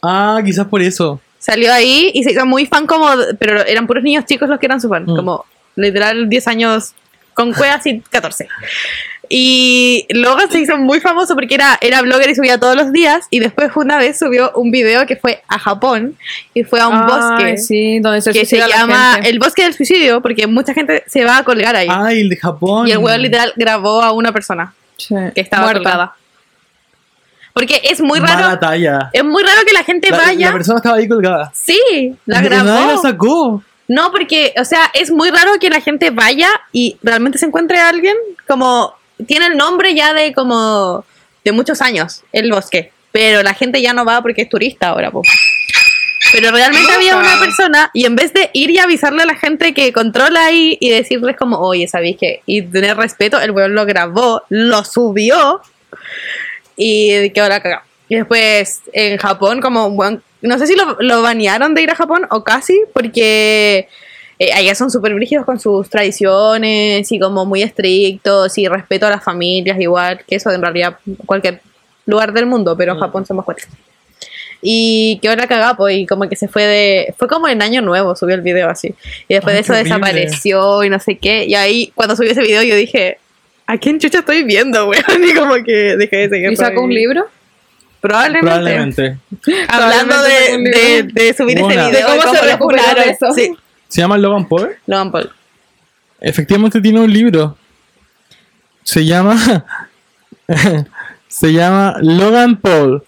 Speaker 2: Ah, quizás por eso.
Speaker 4: Salió ahí y se hizo muy fan como, pero eran puros niños chicos los que eran su fan,
Speaker 2: Mm.
Speaker 4: como literal 10 años con cuevas y 14. Y Logan se hizo muy famoso porque era, era blogger y subía todos los días y después una vez subió un video que fue a Japón y fue a un bosque.
Speaker 1: Sí, donde se
Speaker 4: Que se
Speaker 1: suicida la
Speaker 4: llama
Speaker 1: gente.
Speaker 4: El Bosque del Suicidio, porque mucha gente se va a colgar ahí.
Speaker 2: Ah, y el de Japón.
Speaker 4: y el weón literal grabó a una persona
Speaker 1: Sí.
Speaker 4: que estaba
Speaker 1: Muerta.
Speaker 4: colgada. Porque es muy raro.
Speaker 2: Mala talla.
Speaker 4: Es muy raro que la gente
Speaker 2: La,
Speaker 4: vaya.
Speaker 2: la persona estaba ahí colgada.
Speaker 4: sí, la
Speaker 2: Y Nadie la
Speaker 4: grabó.
Speaker 2: sacó.
Speaker 4: No, porque, o sea, es muy raro que la gente vaya y realmente se encuentre a alguien como. Tiene el nombre ya de como. de muchos años, el bosque. Pero la gente ya no va porque es turista ahora, po. Pero realmente había una persona y en vez de ir y avisarle a la gente que controla ahí y decirles como, oye, ¿sabéis qué? Y tener respeto, el weón lo grabó, lo subió y quedó la cagada. Y después en Japón, como un weón- no sé si lo, lo banearon de ir a Japón o casi, porque eh, allá son súper brígidos con sus tradiciones y como muy estrictos y respeto a las familias igual, que eso en realidad cualquier lugar del mundo, pero en
Speaker 2: Mm.
Speaker 4: Japón somos fuertes. Y quedó la cagada, po, pues, y como que se fue de... Fue como en Año Nuevo, subió el video así. Y
Speaker 2: Ay,
Speaker 4: después de eso
Speaker 2: qué horrible.
Speaker 4: desapareció y no sé qué. Y ahí, cuando subió ese video, yo dije, ¿a quién chucha estoy viendo, *laughs* weón? Y como que dejé de seguir.
Speaker 1: ¿Y
Speaker 4: por
Speaker 1: sacó un
Speaker 4: ahí.
Speaker 1: libro?
Speaker 4: Probablemente.
Speaker 2: Probablemente.
Speaker 4: *laughs* Hablando de,
Speaker 1: Probablemente sacó
Speaker 4: de,
Speaker 1: un
Speaker 4: de subir ese
Speaker 2: Una.
Speaker 4: video.
Speaker 1: De cómo
Speaker 4: y
Speaker 1: se
Speaker 4: lo
Speaker 1: recuperó de
Speaker 4: juraron.
Speaker 1: eso.
Speaker 4: Sí,
Speaker 2: ¿Se llama Logan Paul?
Speaker 4: Logan Paul.
Speaker 2: Efectivamente tiene un libro. Se llama. *laughs* se llama Logan Paul.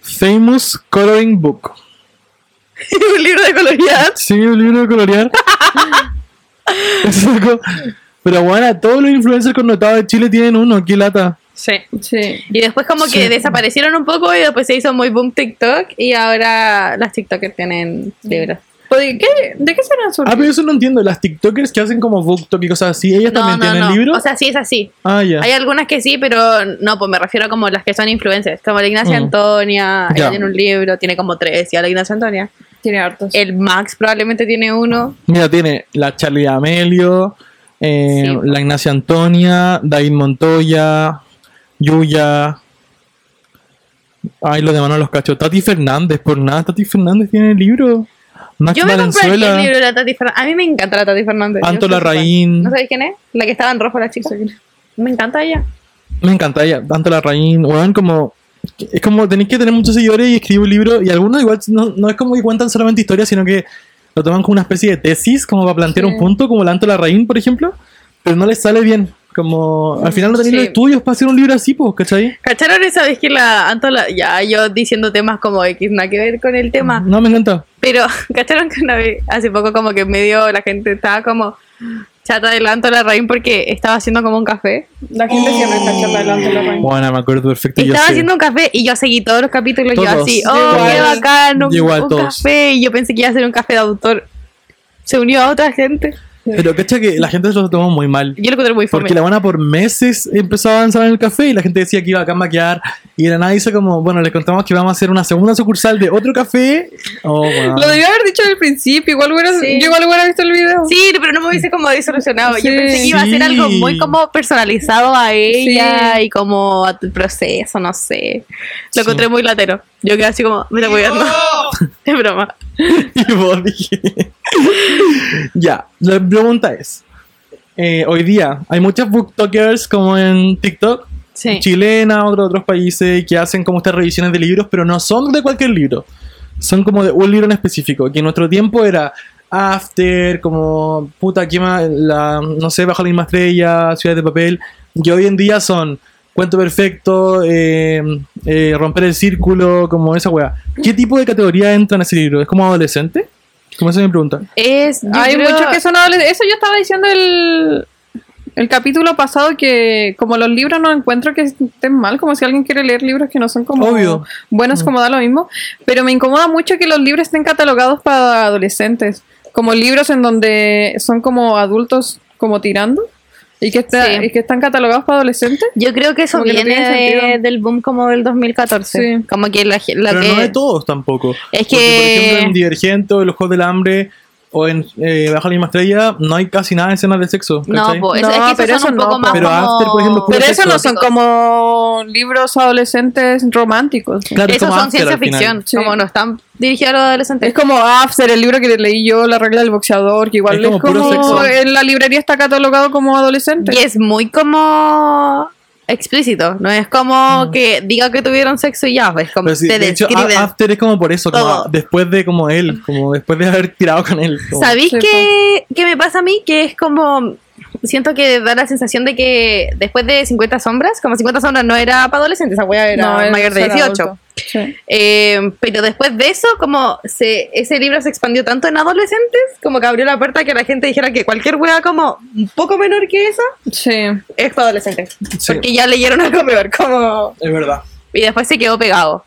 Speaker 2: Famous Coloring Book.
Speaker 4: *laughs* un libro de coloridad.
Speaker 2: Sí, un libro de colorear. *laughs* Es loco. Pero bueno, todos los influencers connotados de Chile tienen uno, qué lata.
Speaker 4: Sí.
Speaker 1: Sí.
Speaker 4: Y después como que
Speaker 2: Sí.
Speaker 4: desaparecieron un poco y después se hizo muy boom TikTok y ahora las TikTokers tienen libros.
Speaker 1: ¿De Pues, qué, de qué serán sus
Speaker 2: Ah, pero eso no entiendo. Las TikTokers que hacen como BookTok y cosas así, ellas también tienen libros.
Speaker 4: O sea, sí es así.
Speaker 2: ah, ya.
Speaker 4: Hay algunas que sí, pero no, pues me refiero a como las que son influencers. Como la Ignacia
Speaker 2: Mm.
Speaker 4: Antonia,
Speaker 2: Ya.
Speaker 4: ella tiene un libro, tiene como tres, ya la Ignacia Antonia.
Speaker 1: Tiene hartos.
Speaker 4: El Max probablemente tiene uno.
Speaker 2: Mira, tiene la Charlie Amelio, eh,
Speaker 4: Sí. pues.
Speaker 2: la Ignacia Antonia, David Montoya, Yuya. Ay, los demás no los cacho. Tati Fernández, por nada, Tati Fernández tiene el libro. Max
Speaker 4: Yo me compré el
Speaker 2: Valenzuela,
Speaker 4: libro de la Tati Fernández. A mí me encanta la Tati Fernández. Yo
Speaker 2: Anto
Speaker 4: soy su fan.
Speaker 2: Larraín.
Speaker 4: ¿No sabéis quién es? La que estaba en rojo, la chica. Me encanta ella.
Speaker 2: Me encanta ella, tanto la Rain, weón, como. Es como tenéis que tener muchos seguidores y escribir un libro, y algunos igual no, no es como que cuentan solamente historias, sino que lo toman como una especie de tesis, como para plantear
Speaker 1: Sí.
Speaker 2: un punto, como la Anto Larraín, por ejemplo, pero no les sale bien. Como al final no tenéis
Speaker 4: Sí.
Speaker 2: los estudios para hacer un libro así, pues, ¿cachai?
Speaker 4: ¿Cacharon esa vez que la Anto la- Ya, yo diciendo temas como X, nada que ver con el tema.
Speaker 2: No, me encanta.
Speaker 4: Pero, *laughs* ¿cacharon que una vez, hace poco como que en medio la gente estaba como chata de la Anto Larraín porque estaba haciendo como un café?
Speaker 1: La gente siempre está chata delante de la reina.
Speaker 2: Bueno, me acuerdo perfecto. yo
Speaker 4: Estaba
Speaker 2: sé.
Speaker 4: haciendo un café y yo seguí todos los capítulos yo
Speaker 2: Todos.
Speaker 4: así,
Speaker 2: Yo
Speaker 4: oh, qué
Speaker 1: igual.
Speaker 4: bacán, un,
Speaker 2: Yo igual,
Speaker 4: un
Speaker 2: todos.
Speaker 4: café. Y yo pensé que iba a ser un café de autor. Se unió a otra gente.
Speaker 2: Pero, ¿cachai? Que la gente se lo tomó muy mal.
Speaker 4: Yo lo encontré muy fome.
Speaker 2: Porque la buena por meses empezó a avanzar en el café y la gente decía que iba acá a maquillar. Y de la nada dice como, bueno, les contamos que vamos a hacer una segunda sucursal de otro café. Oh, wow.
Speaker 1: Lo debió haber dicho al principio. Igual hubiera,
Speaker 4: Sí.
Speaker 1: Yo igual hubiera visto el video.
Speaker 4: Sí, pero no me hubiese como disolucionado. Yo
Speaker 1: Sí.
Speaker 4: pensé que iba a ser
Speaker 2: Sí.
Speaker 4: algo muy como personalizado a ella y como a tu proceso, no sé. Lo
Speaker 2: Sí.
Speaker 4: encontré muy latero. Yo quedé así como, me está cuidando.
Speaker 3: ¡Vivo!
Speaker 4: *laughs* Es broma.
Speaker 2: Y vos dije. ya, la pregunta es: eh, hoy día hay muchas booktokers como en TikTok,
Speaker 4: Sí.
Speaker 2: chilena, otro- otros países, que hacen como estas revisiones de libros, pero no son de cualquier libro. Son como de un libro en específico, que en nuestro tiempo era After, como puta, ¿qué más? La, no sé, Bajo la misma estrella, Ciudad de Papel, que hoy en día son Cuento Perfecto, eh, eh, Romper el Círculo, como esa weá. ¿Qué tipo de categoría entra en ese libro? ¿Es como adolescente? Como esa es mi pregunta.
Speaker 4: Es, yo
Speaker 1: Hay
Speaker 4: creo-
Speaker 1: muchos que son adolescentes. Eso yo estaba diciendo el, el capítulo pasado que como los libros no encuentro que estén mal, como si alguien quiere leer libros que no son como
Speaker 2: Obvio.
Speaker 1: buenos, como da lo mismo. Pero me incomoda mucho que los libros estén catalogados para adolescentes, como libros en donde son como adultos como tirando y que, está-
Speaker 4: Sí.
Speaker 1: y que están catalogados para adolescentes.
Speaker 4: Yo creo que eso
Speaker 1: Como que no
Speaker 4: viene
Speaker 1: tiene
Speaker 4: de-
Speaker 1: sentido.
Speaker 4: del boom como del 2014.
Speaker 1: Sí.
Speaker 4: Como que la, ge- la
Speaker 2: Pero
Speaker 4: que-
Speaker 2: no de todos tampoco.
Speaker 4: eh, Es
Speaker 2: Porque, por ejemplo, en
Speaker 4: que.
Speaker 2: Divergente o en Los Juegos del Hambre o en eh, Bajo la misma estrella no hay casi nada de escenas de sexo.
Speaker 4: No,
Speaker 2: ¿cachai?
Speaker 4: po, es,
Speaker 1: No,
Speaker 4: es que esos
Speaker 1: pero
Speaker 4: son
Speaker 1: eso
Speaker 4: un
Speaker 1: no,
Speaker 4: poco
Speaker 1: po.
Speaker 4: más
Speaker 2: Pero
Speaker 4: como...
Speaker 2: After, por ejemplo,
Speaker 1: Pero eso no
Speaker 2: sexo.
Speaker 1: son como libros adolescentes románticos.
Speaker 2: Claro, es
Speaker 4: Esos
Speaker 2: como
Speaker 4: son
Speaker 2: after
Speaker 4: ciencia
Speaker 2: al final.
Speaker 4: ficción.
Speaker 1: Sí.
Speaker 4: Como no están dirigidos a los adolescentes.
Speaker 1: Es como After, el libro que leí yo, La regla del boxeador, que igual
Speaker 2: Es
Speaker 1: es
Speaker 2: como
Speaker 1: como,
Speaker 2: puro sexo.
Speaker 1: en la librería está catalogado como adolescente.
Speaker 4: Y es muy como explícito, no es como que diga que tuvieron sexo y ya, es como
Speaker 2: Pero sí,
Speaker 4: te
Speaker 2: de hecho,
Speaker 4: describen.
Speaker 2: a- After es como por eso, como
Speaker 4: Todo.
Speaker 2: después de como él, como después de haber tirado con él. como-
Speaker 4: ¿Sabéis
Speaker 1: Sí,
Speaker 4: qué, qué me pasa a mí? Que es como, siento que da la sensación de que después de 50 sombras, como 50 sombras no era para adolescentes, esa wea era
Speaker 1: es
Speaker 4: mayor de
Speaker 1: ser
Speaker 4: 18.
Speaker 1: adulto. Sí.
Speaker 4: Eh, pero después de eso, como se, ese libro se expandió tanto en adolescentes, como que abrió la puerta a que la gente dijera que cualquier wea como un poco menor que eso
Speaker 1: Sí.
Speaker 4: es para adolescentes.
Speaker 2: Sí.
Speaker 4: Porque ya leyeron algo peor, como...
Speaker 2: Es verdad.
Speaker 4: Y después se quedó pegado.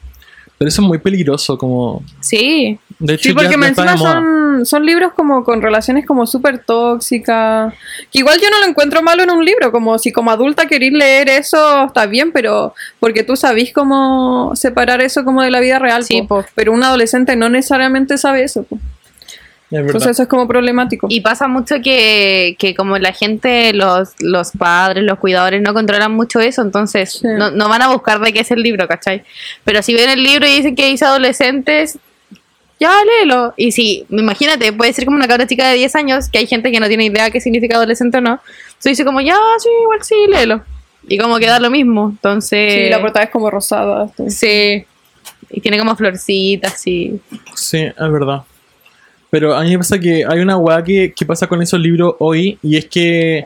Speaker 2: Pero eso es muy peligroso, como...
Speaker 4: Sí.
Speaker 2: De hecho,
Speaker 1: Sí, porque
Speaker 2: ya,
Speaker 1: me
Speaker 2: ya está de
Speaker 1: encima
Speaker 2: moda.
Speaker 1: son, son libros como con relaciones como súper tóxicas. Que igual yo no lo encuentro malo en un libro, como si como adulta querís leer eso está bien, pero porque tú sabís cómo separar eso como de la vida real.
Speaker 4: Sí,
Speaker 1: po. Pero un adolescente no necesariamente sabe eso. po.
Speaker 2: Es verdad.
Speaker 1: Entonces eso es como problemático.
Speaker 4: Y pasa mucho que, que como la gente, los, los padres, los cuidadores no controlan mucho eso, entonces
Speaker 1: Sí.
Speaker 4: no, no van a buscar de qué es el libro, ¿cachai? Pero si ven el libro y dicen que dice adolescentes, ya léelo. Y si, imagínate, puede ser como una cabra chica de 10 años, que hay gente que no tiene idea qué significa adolescente o no. Entonces dice como, ya, sí, igual sí, léelo. Y como queda lo mismo, entonces...
Speaker 1: sí, la portada es como rosada. sí.
Speaker 4: Sí. Y tiene como florcitas y...
Speaker 2: Sí, es verdad. Pero a mí me pasa que hay una weá que, que pasa con esos libros hoy y es que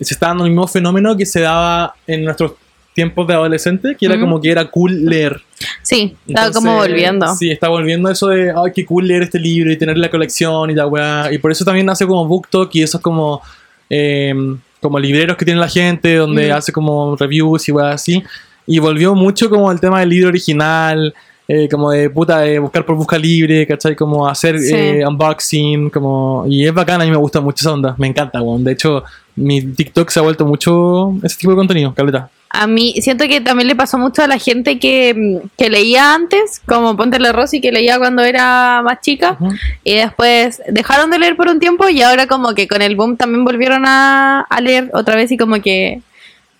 Speaker 2: se está dando el mismo fenómeno que se daba en nuestros tiempos de adolescente, que era
Speaker 4: Ujú.
Speaker 2: como que era cool leer.
Speaker 4: Sí, estaba
Speaker 2: Entonces,
Speaker 4: como volviendo.
Speaker 2: Sí, está volviendo eso de, ay, qué cool leer este libro y tener la colección y la weá. Y por eso también nace como BookTok y esos como, eh, como libreros que tiene la gente, donde
Speaker 4: Mm.
Speaker 2: hace como reviews y weá así. Y volvió mucho como al tema del libro original, eh, como de puta, de buscar por busca libre, ¿cachai? Como hacer
Speaker 4: Sí.
Speaker 2: eh, unboxing, como... Y es bacana, a mí me gusta mucho esa onda, me encanta, weón. De hecho, mi TikTok se ha vuelto mucho ese tipo de contenido, caleta.
Speaker 4: A mí siento que también le pasó mucho a la gente que, mm, que leía antes, como Ponte la Rosy, que leía cuando era más chica,
Speaker 2: Ujú.
Speaker 4: y después dejaron de leer por un tiempo y ahora como que con el boom también volvieron a, a leer otra vez y como que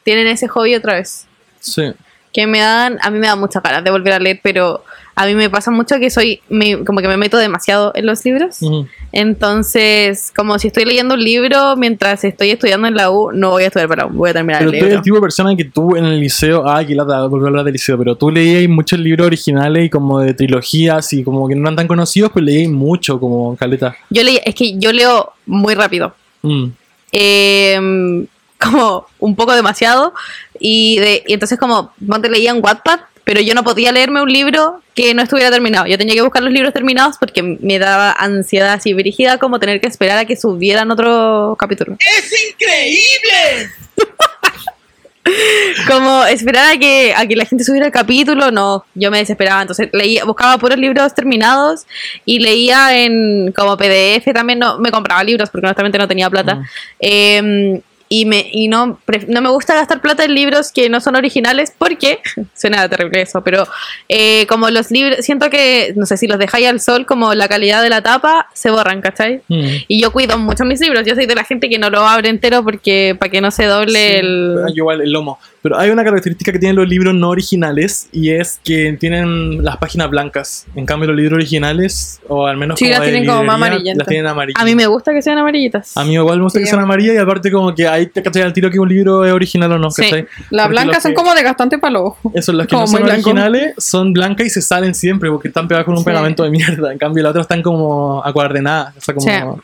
Speaker 4: tienen ese hobby otra vez.
Speaker 2: Sí.
Speaker 4: Que me dan, a mí me da muchas ganas de volver a leer, pero a mí me pasa mucho que soy, me- como que me meto demasiado en los libros.
Speaker 2: Ujú.
Speaker 4: Entonces, como si estoy leyendo un libro mientras estoy estudiando en la U, no voy a estudiar para la U, voy a terminar
Speaker 2: Pero
Speaker 4: el
Speaker 2: tú eres
Speaker 4: libro.
Speaker 2: el tipo de persona que tú en el liceo, ah, que lata, volver a hablar del liceo, pero tú leías muchos libros originales y como de trilogías y como que no eran tan conocidos, pero leías mucho como caleta.
Speaker 4: Yo leí, es que yo leo muy rápido.
Speaker 2: Mm.
Speaker 4: eh, como un poco demasiado y, de, y entonces como no te leía en Wattpad pero yo no podía leerme un libro que no estuviera terminado yo tenía que buscar los libros terminados porque me daba ansiedad así dirigida como tener que esperar a que subieran otro capítulo
Speaker 3: ¡Es increíble!
Speaker 4: como esperar a que, a que la gente subiera el capítulo no yo me desesperaba entonces leía buscaba puros libros terminados y leía en como PDF también no me compraba libros porque honestamente no tenía plata
Speaker 2: Mm.
Speaker 4: Eh, y, me, y no, pref- no me gusta gastar plata en libros que no son originales porque, *laughs* suena terrible eso, pero eh, como los libros, siento que, no sé, si los dejáis al sol, como la calidad de la tapa, se borran, ¿cachai?
Speaker 2: Mm.
Speaker 4: Y yo cuido mucho mis libros, yo soy de la gente que no lo abre entero porque para que no se doble el...
Speaker 2: Ah, Igual el lomo. Pero hay una característica que tienen los libros no originales y es que tienen las páginas blancas. En cambio, los libros originales, o al menos
Speaker 1: Sí,
Speaker 2: como
Speaker 1: las
Speaker 2: de
Speaker 1: tienen como más
Speaker 2: librería,
Speaker 1: amarillentas.
Speaker 2: Las tienen amarillas.
Speaker 4: A mí me gusta que sean amarillitas.
Speaker 2: A mí igual me gusta que
Speaker 1: Sí.
Speaker 2: sean amarillas y aparte como que ahí te cachai al tiro que un libro es original o no.
Speaker 4: Sí.
Speaker 2: ¿cachai?
Speaker 1: Las
Speaker 2: Porque
Speaker 1: blancas
Speaker 2: los
Speaker 1: son
Speaker 2: que-
Speaker 1: como desgastantes para los ojos. *laughs*
Speaker 2: Esos, las que
Speaker 1: como
Speaker 2: no
Speaker 1: muy
Speaker 2: son
Speaker 1: blanco.
Speaker 2: originales son blancas y se salen siempre porque están pegadas con un
Speaker 1: Sí.
Speaker 2: pegamento de mierda. En cambio, las otras están como acuardenadas, o sea, como
Speaker 4: Sí.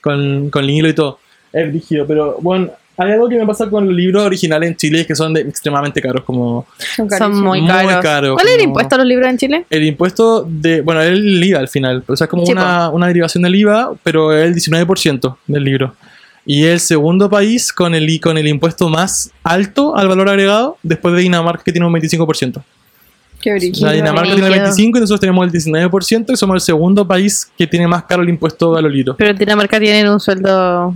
Speaker 2: con, con hilo y todo. Es rígido, pero bueno, hay algo que me pasa con los libros originales en Chile es que son de- extremadamente caros, como
Speaker 1: Son
Speaker 4: Son
Speaker 1: carísimas.
Speaker 4: muy
Speaker 2: Muy
Speaker 4: caros.
Speaker 2: caro,
Speaker 4: ¿Cuál es el
Speaker 2: como-
Speaker 4: impuesto a los libros en Chile?
Speaker 2: el impuesto de, bueno, el IVA al final, o sea, es como
Speaker 4: Sí,
Speaker 2: una, una derivación del IVA, pero es el 19% del libro. Y es el segundo país con el, i- con el impuesto más alto al valor agregado después de Dinamarca que tiene un 25%.
Speaker 1: Qué
Speaker 2: O sea,
Speaker 1: brillo.
Speaker 2: Dinamarca tiene el
Speaker 4: Brígido.
Speaker 2: 25% y nosotros tenemos el 19% y somos el segundo país que tiene más caro el impuesto a los libros.
Speaker 4: Pero en Dinamarca tienen un sueldo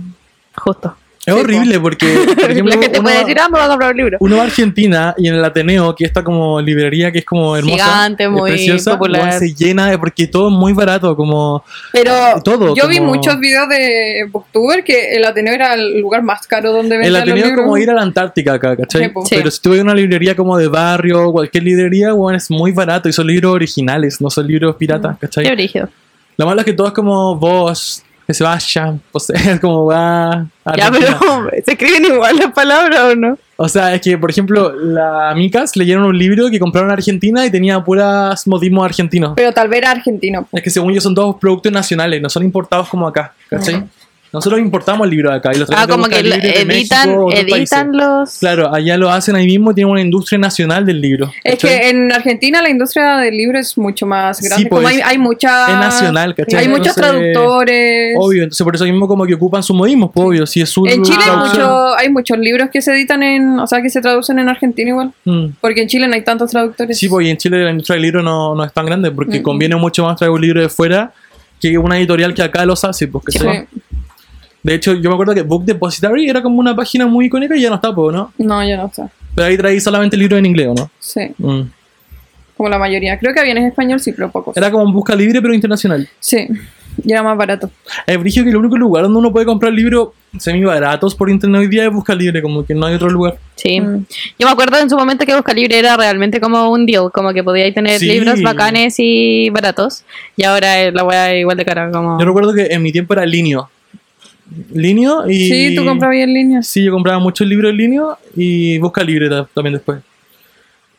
Speaker 4: justo.
Speaker 2: Es horrible porque, por ejemplo,
Speaker 4: *laughs* la gente
Speaker 2: uno,
Speaker 4: puede
Speaker 2: va-
Speaker 4: decir, ah, me voy a comprar un libro.
Speaker 2: uno va a Argentina y en el Ateneo, que esta como librería que es como hermosa,
Speaker 4: Gigante,
Speaker 2: es
Speaker 4: muy
Speaker 2: preciosa,
Speaker 4: popular.
Speaker 2: bueno, se llena de- porque todo es muy barato, como...
Speaker 1: Pero
Speaker 2: todo,
Speaker 1: yo vi
Speaker 2: como-
Speaker 1: muchos videos de Booktuber que el Ateneo era el lugar más caro donde
Speaker 2: El
Speaker 1: vendían los
Speaker 2: Ateneo es
Speaker 1: libros.
Speaker 2: como ir a la Antártica acá, ¿cachai?
Speaker 1: Sí, po.
Speaker 4: Sí.
Speaker 2: Pero si tú vas a una librería como de barrio, cualquier librería, bueno, es muy barato y son libros originales, no son libros
Speaker 4: Mm.
Speaker 2: piratas, ¿cachai?
Speaker 4: Qué brígido.
Speaker 2: Lo malo es que todo es como vos, que se vaya, *laughs* o sea, es como va. a
Speaker 4: Ya,
Speaker 2: Argentina.
Speaker 4: pero *laughs* ¿se escriben igual las palabras o no?
Speaker 2: O sea, es que, por ejemplo, la Micas leyeron un libro que compraron en Argentina y tenía puras modismos argentinos.
Speaker 1: Pero tal vez era argentino.
Speaker 2: Es que según yo son todos productos nacionales, no son importados como acá, ¿cachai? Nosotros importamos el libro de acá y los
Speaker 4: Ah,
Speaker 2: tenemos
Speaker 4: como que
Speaker 2: buscar
Speaker 4: lo-
Speaker 2: libros de
Speaker 4: editan,
Speaker 2: México, otros
Speaker 4: editan
Speaker 2: países.
Speaker 4: los...
Speaker 2: Claro, allá lo hacen ahí mismo, tienen una industria nacional del libro.
Speaker 1: Es
Speaker 2: ¿cachai?
Speaker 1: que en Argentina la industria del libro es mucho más
Speaker 2: Sí,
Speaker 1: grande.
Speaker 2: pues,
Speaker 1: como hay, hay mucha-
Speaker 2: es nacional, ¿cachai?
Speaker 1: Hay muchos
Speaker 2: Entonces,
Speaker 1: traductores.
Speaker 2: Obvio, entonces por eso mismo como que ocupan su modismo, pues, obvio, si es su
Speaker 1: En Chile hay,
Speaker 2: traducción.
Speaker 1: mucho- hay muchos libros que se editan en, o sea, que se traducen en Argentina igual.
Speaker 2: Mm.
Speaker 1: Porque en Chile no hay tantos traductores.
Speaker 2: Sí, pues y en Chile la industria del libro no, no es tan grande porque conviene mucho más traer un libro de fuera que una editorial que acá los hace. pues, Porque
Speaker 1: Sí. pues.
Speaker 2: De hecho, yo me acuerdo que Book Depository era como una página muy icónica y ya no está, po, ¿no?
Speaker 1: No, yo no sé.
Speaker 2: Pero ahí traí solamente libros en inglés, ¿o ¿no?
Speaker 1: Sí,
Speaker 2: Mm.
Speaker 1: como la mayoría. Creo que había en español, sí, pero pocos.
Speaker 2: Era como un busca libre pero internacional.
Speaker 1: Sí, y era más barato.
Speaker 2: Es brillo que el único lugar donde uno puede comprar libros semi baratos por internet hoy día es busca libre, como que no hay otro lugar.
Speaker 4: Sí.
Speaker 1: Mm.
Speaker 4: Yo me acuerdo en su momento que Busca Libre era realmente como un deal, como que podíais tener
Speaker 2: Sí.
Speaker 4: libros bacanes y baratos. Y ahora eh, la weá igual de cara, como...
Speaker 2: Yo recuerdo que en mi tiempo era Linio. Linio y...
Speaker 1: Sí, tú comprabas en línea.
Speaker 2: Sí, yo compraba muchos libros en línea y busca libre ta- también después.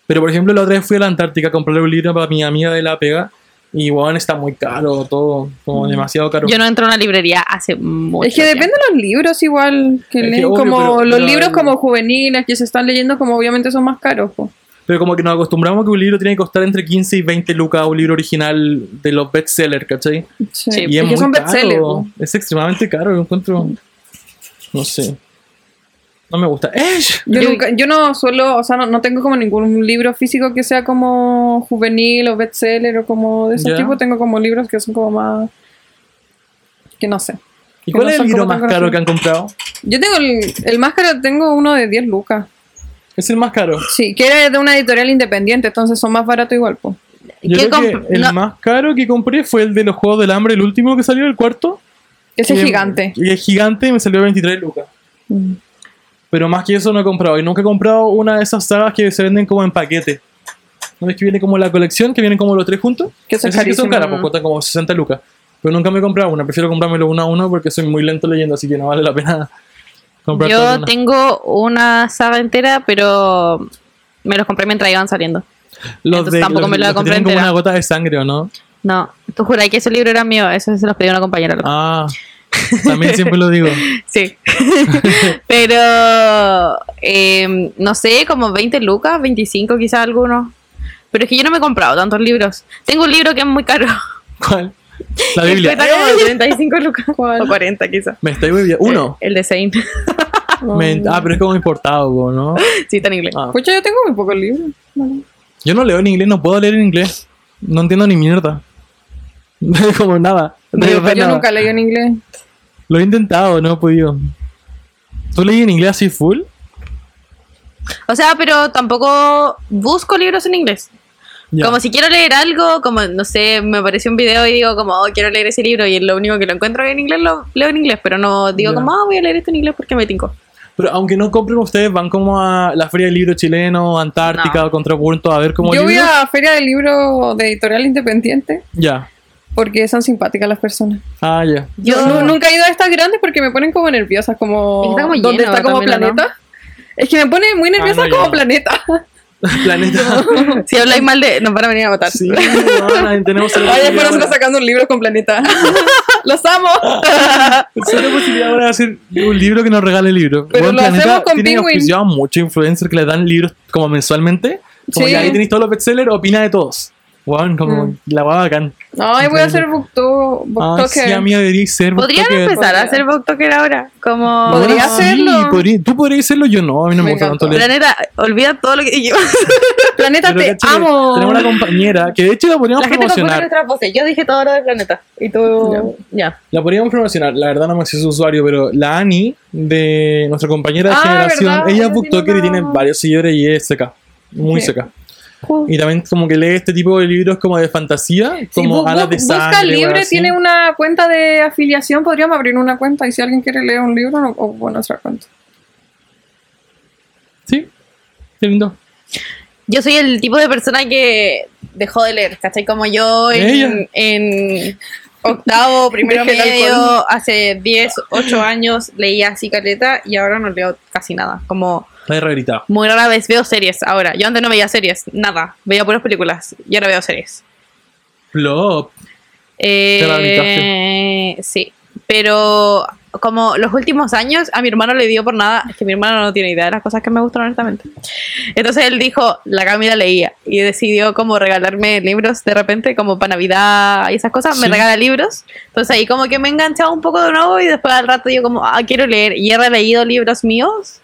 Speaker 2: Pero por ejemplo, la otra vez fui a la Antártica a comprar un libro para mi amiga de la pega y bueno, está muy caro todo,
Speaker 1: Mm.
Speaker 2: como demasiado caro.
Speaker 4: Yo no entro a una librería hace mucho
Speaker 1: Es que depende
Speaker 4: tiempo.
Speaker 1: de los libros igual que
Speaker 2: Es que
Speaker 1: leen,
Speaker 2: obvio,
Speaker 1: como
Speaker 2: pero-
Speaker 1: los
Speaker 2: pero-
Speaker 1: libros como juveniles que se están leyendo como obviamente son más caros. po.
Speaker 2: Pero como que nos acostumbramos que un libro tiene que costar entre 15 y 20 lucas un libro original de los bestsellers, ¿cachai?
Speaker 1: Sí.
Speaker 4: Sí.
Speaker 1: Es
Speaker 2: Y es,
Speaker 1: que
Speaker 2: muy
Speaker 1: son bestsellers.
Speaker 2: caro.
Speaker 1: po.
Speaker 2: Es extremadamente caro, yo encuentro. No sé. No me gusta. ¡Eh!
Speaker 1: Yo,
Speaker 4: Yo-
Speaker 1: nunca- yo no suelo, o sea, no, no tengo como ningún libro físico que sea como juvenil o bestseller o como de ese
Speaker 2: Ya.
Speaker 1: tipo. Tengo como libros que son como más... que no sé. Que
Speaker 2: ¿Y cuál
Speaker 1: no
Speaker 2: es el
Speaker 1: son
Speaker 2: libro
Speaker 1: como
Speaker 2: más
Speaker 1: tan conocidos.
Speaker 2: caro que han comprado?
Speaker 1: Yo tengo el, el más caro, tengo uno de 10 lucas.
Speaker 2: Es el más caro.
Speaker 1: Sí, que era de una editorial independiente, entonces son más baratos igual. po.
Speaker 2: Yo creo
Speaker 4: ¿Qué comp-
Speaker 2: que el
Speaker 4: no-
Speaker 2: más caro que compré fue el de los Juegos del Hambre, el último que salió, el cuarto.
Speaker 1: Ese es
Speaker 2: Que-
Speaker 1: gigante.
Speaker 2: Y es gigante y me salió 23 lucas.
Speaker 1: Mm.
Speaker 2: Pero más que eso no he comprado. Y nunca he comprado una de esas sagas que se venden como en paquete. ¿No ves que viene como la colección, que vienen como los tres juntos?
Speaker 1: Que son
Speaker 2: Esas sí que son
Speaker 1: carísimas.
Speaker 2: caras, pues cuestan como 60 lucas. Pero nunca me he comprado una, prefiero comprármelo uno a uno porque soy muy lento leyendo, así que no vale la pena *laughs* comprar todo de
Speaker 4: Yo
Speaker 2: una.
Speaker 4: tengo una saga entera, pero me los compré mientras iban saliendo.
Speaker 2: Los
Speaker 4: entonces
Speaker 2: de,
Speaker 4: tampoco
Speaker 2: los-
Speaker 4: me lo
Speaker 2: los que
Speaker 4: compré
Speaker 2: tienen como
Speaker 4: entera.
Speaker 2: una gota de sangre, ¿o no?
Speaker 4: No, tú juráis que ese libro era mío, eso se los pedí a una compañera. loco.
Speaker 2: Ah, también siempre lo digo. *laughs*
Speaker 4: Sí. Pero, eh, no sé, como 20 lucas, 25 quizás algunos. Pero es que yo no me he comprado tantos libros. Tengo un libro que es muy caro.
Speaker 2: ¿Cuál? La
Speaker 4: que *laughs*
Speaker 2: Biblia.
Speaker 4: Está como de 35 lucas. O 40 quizás.
Speaker 2: Me estoy bebiendo. Uno.
Speaker 4: El de Zane.
Speaker 2: Me- ah, pero es como importado, po, ¿no?
Speaker 4: *laughs* sí, está en inglés.
Speaker 2: Ah.
Speaker 1: Pucha, yo tengo muy pocos libros. Vale.
Speaker 2: Yo no leo en inglés, no puedo leer en inglés. No entiendo ni mierda. Como nada. De
Speaker 1: Yo,
Speaker 2: verdad,
Speaker 1: yo
Speaker 2: nada.
Speaker 1: nunca leí en inglés.
Speaker 2: Lo he intentado, no he podido. ¿Tú leí en inglés así full?
Speaker 4: O sea, pero tampoco busco libros en inglés.
Speaker 2: Ya.
Speaker 4: Como si quiero leer algo, como no sé, me apareció un video y digo como, oh, quiero leer ese libro y lo único que lo encuentro en inglés lo leo en inglés, pero no digo
Speaker 2: Ya.
Speaker 4: como, ah, voy a leer esto en inglés porque
Speaker 2: *laughs*
Speaker 4: me tinco.
Speaker 2: Pero aunque no compren ustedes, van como a la Feria del Libro Chileno, Antártica,
Speaker 4: No.
Speaker 2: o Contrapunto, a ver cómo
Speaker 1: Yo voy
Speaker 2: libros.
Speaker 1: a Feria del Libro de Editorial Independiente
Speaker 2: Ya.
Speaker 1: porque son simpáticas las personas.
Speaker 2: Ah, ya.
Speaker 1: Yo nu- nunca he ido a estas grandes porque me ponen como nerviosas, como,
Speaker 4: Y está como
Speaker 1: donde
Speaker 4: lleno
Speaker 1: está como
Speaker 4: también, ¿o no?
Speaker 1: planeta. Es que me pone muy nerviosa
Speaker 2: Ah, no,
Speaker 1: como
Speaker 2: yo-
Speaker 1: planeta.
Speaker 2: Planeta.
Speaker 4: Si habláis mal de, nos van a venir a matar.
Speaker 2: Sí, bueno, tenemos cero
Speaker 1: Vaya, después
Speaker 2: posibilidad
Speaker 1: nosotros
Speaker 2: ahora.
Speaker 1: sacando un libro con planeta. *laughs* ¡Los amo!
Speaker 2: Cero posibilidad ahora de hacer un libro que nos regale el libro.
Speaker 1: Pero lo hacemos con
Speaker 2: tiene
Speaker 1: Penguin.
Speaker 2: auspiciado a muchos influencers que le dan libros como mensualmente. Como
Speaker 1: Sí.
Speaker 2: ya ahí tenéis todos los bestsellers, opina de todos. Bueno, como
Speaker 1: Mm.
Speaker 2: la va bacán.
Speaker 1: Ay, voy a hacer bookto-
Speaker 2: Ah, sí,
Speaker 1: booktoker.
Speaker 2: amiga, deberíais ser
Speaker 4: Podrían
Speaker 2: booktoker.
Speaker 4: empezar
Speaker 1: Podría.
Speaker 4: a hacer BookToker ahora. Como...
Speaker 2: Bueno,
Speaker 1: Podría
Speaker 2: sí,
Speaker 1: hacerlo.
Speaker 2: podría- tú podrías hacerlo, yo no. A mí no me,
Speaker 1: Me
Speaker 2: gusta tanto
Speaker 1: encantó.
Speaker 2: leer.
Speaker 4: Planeta, olvida todo lo que yo.
Speaker 1: planeta,
Speaker 2: Pero
Speaker 1: te
Speaker 2: cacha que
Speaker 1: amo.
Speaker 2: Tenemos una compañera que de hecho la podríamos
Speaker 4: *laughs* La gente confunde
Speaker 2: promocionar.
Speaker 4: nuestras voces. Yo dije todo lo de Planeta. Y tú... Ya.
Speaker 2: La podríamos promocionar. La verdad no me sé su usuario, pero la Ani, de nuestra compañera de
Speaker 1: Ah,
Speaker 2: generación,
Speaker 1: ¿verdad?
Speaker 2: ella
Speaker 1: Ella
Speaker 2: es
Speaker 1: tiene
Speaker 2: booktoker y
Speaker 1: una-
Speaker 2: tiene varios seguidores y es seca. Muy
Speaker 1: Sí.
Speaker 2: seca. Y también como que lee este tipo de libros como de fantasía,
Speaker 1: Sí,
Speaker 2: como
Speaker 1: bu-
Speaker 2: alas
Speaker 1: bu-
Speaker 2: de sangre.
Speaker 1: Busca
Speaker 2: weas
Speaker 1: Libre
Speaker 2: así.
Speaker 1: tiene una cuenta de afiliación, podríamos abrir una cuenta y si alguien quiere leer un libro, no- o bueno, otra cuenta.
Speaker 2: Sí, qué lindo.
Speaker 4: Yo soy el tipo de persona que dejó de leer, ¿cachai? Como yo
Speaker 2: Ella.
Speaker 4: en, en octavo, primero
Speaker 1: Dejé el alcohol.
Speaker 4: medio, hace 10, 8 años leía así caleta y ahora no leo casi nada. Como
Speaker 2: Está rehabilitado.
Speaker 4: muy rara vez veo series ahora. Yo antes no veía series, nada. Veía puras películas y ahora veo series.
Speaker 2: Flop.
Speaker 4: Eh, sí, pero como los últimos años a mi hermano le dio por nada, es que mi hermano no tiene idea de las cosas que me gustan honestamente. Entonces él dijo, la Camila leía y decidió como regalarme libros de repente, como para Navidad y esas cosas, me
Speaker 2: Sí.
Speaker 4: regala libros. Entonces ahí como que me enganchaba un poco de nuevo y después al rato yo como, ah, quiero leer y he releído libros míos.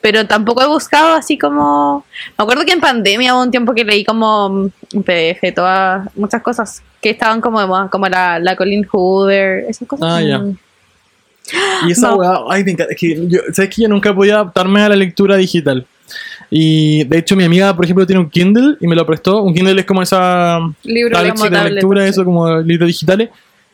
Speaker 4: Pero tampoco he buscado así como... Me acuerdo que en pandemia hubo un tiempo que leí como mm, un PDF, todas, muchas cosas que estaban como de moda, como la, la Colin Hoover, esas cosas. Mm.
Speaker 2: Ah, ya. Y esa
Speaker 4: No.
Speaker 2: weá, ay, me encanta. Es que yo, ¿Sabes que yo nunca podía adaptarme a la lectura digital? Y de hecho, mi amiga, por ejemplo, tiene un Kindle y me lo prestó. Un Kindle es como esa
Speaker 1: Libro
Speaker 2: tablet
Speaker 4: como
Speaker 2: de
Speaker 4: tablet,
Speaker 2: lectura,
Speaker 1: pues.
Speaker 4: sí.
Speaker 2: eso, como libros digitales.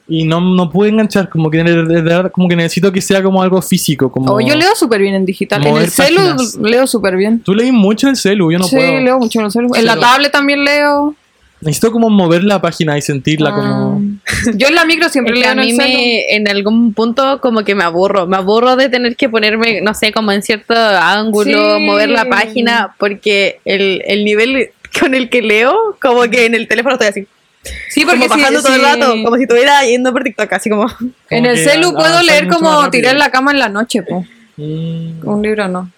Speaker 2: Y no, no pude enganchar, como que, de verdad, como que necesito que sea como algo físico. Como...
Speaker 1: Oh, yo leo súper bien en digital. En
Speaker 2: Mover
Speaker 1: el celu
Speaker 2: páginas.
Speaker 1: leo súper bien.
Speaker 2: Tú leí mucho en el celu, yo no
Speaker 1: sí,
Speaker 2: puedo.
Speaker 1: leo mucho en el celu. En la
Speaker 2: Celu.
Speaker 1: tablet también leo.
Speaker 2: Necesito como mover la página y sentirla como...
Speaker 1: Ah. *laughs* Yo en la micro siempre
Speaker 4: Es que
Speaker 1: leo
Speaker 4: a
Speaker 1: en el
Speaker 4: mí
Speaker 1: celu.
Speaker 4: me, en algún punto como que me aburro, me aburro de tener que ponerme, no sé, como en cierto ángulo,
Speaker 1: Sí.
Speaker 4: mover la página, porque el, el nivel con el que leo, como que en el teléfono estoy así,
Speaker 1: Sí,
Speaker 4: como
Speaker 1: porque sí,
Speaker 4: bajando todo el
Speaker 1: sí.
Speaker 4: rato, como si estuviera yendo por TikTok, así como...
Speaker 1: En
Speaker 2: Como
Speaker 1: el
Speaker 2: que
Speaker 1: celu
Speaker 2: av-
Speaker 1: puedo
Speaker 2: avanzáis
Speaker 1: leer
Speaker 2: mucho
Speaker 1: como
Speaker 2: más
Speaker 1: tirar en
Speaker 2: rápido.
Speaker 1: la cama en la noche, po.
Speaker 2: Mm.
Speaker 1: Un libro no.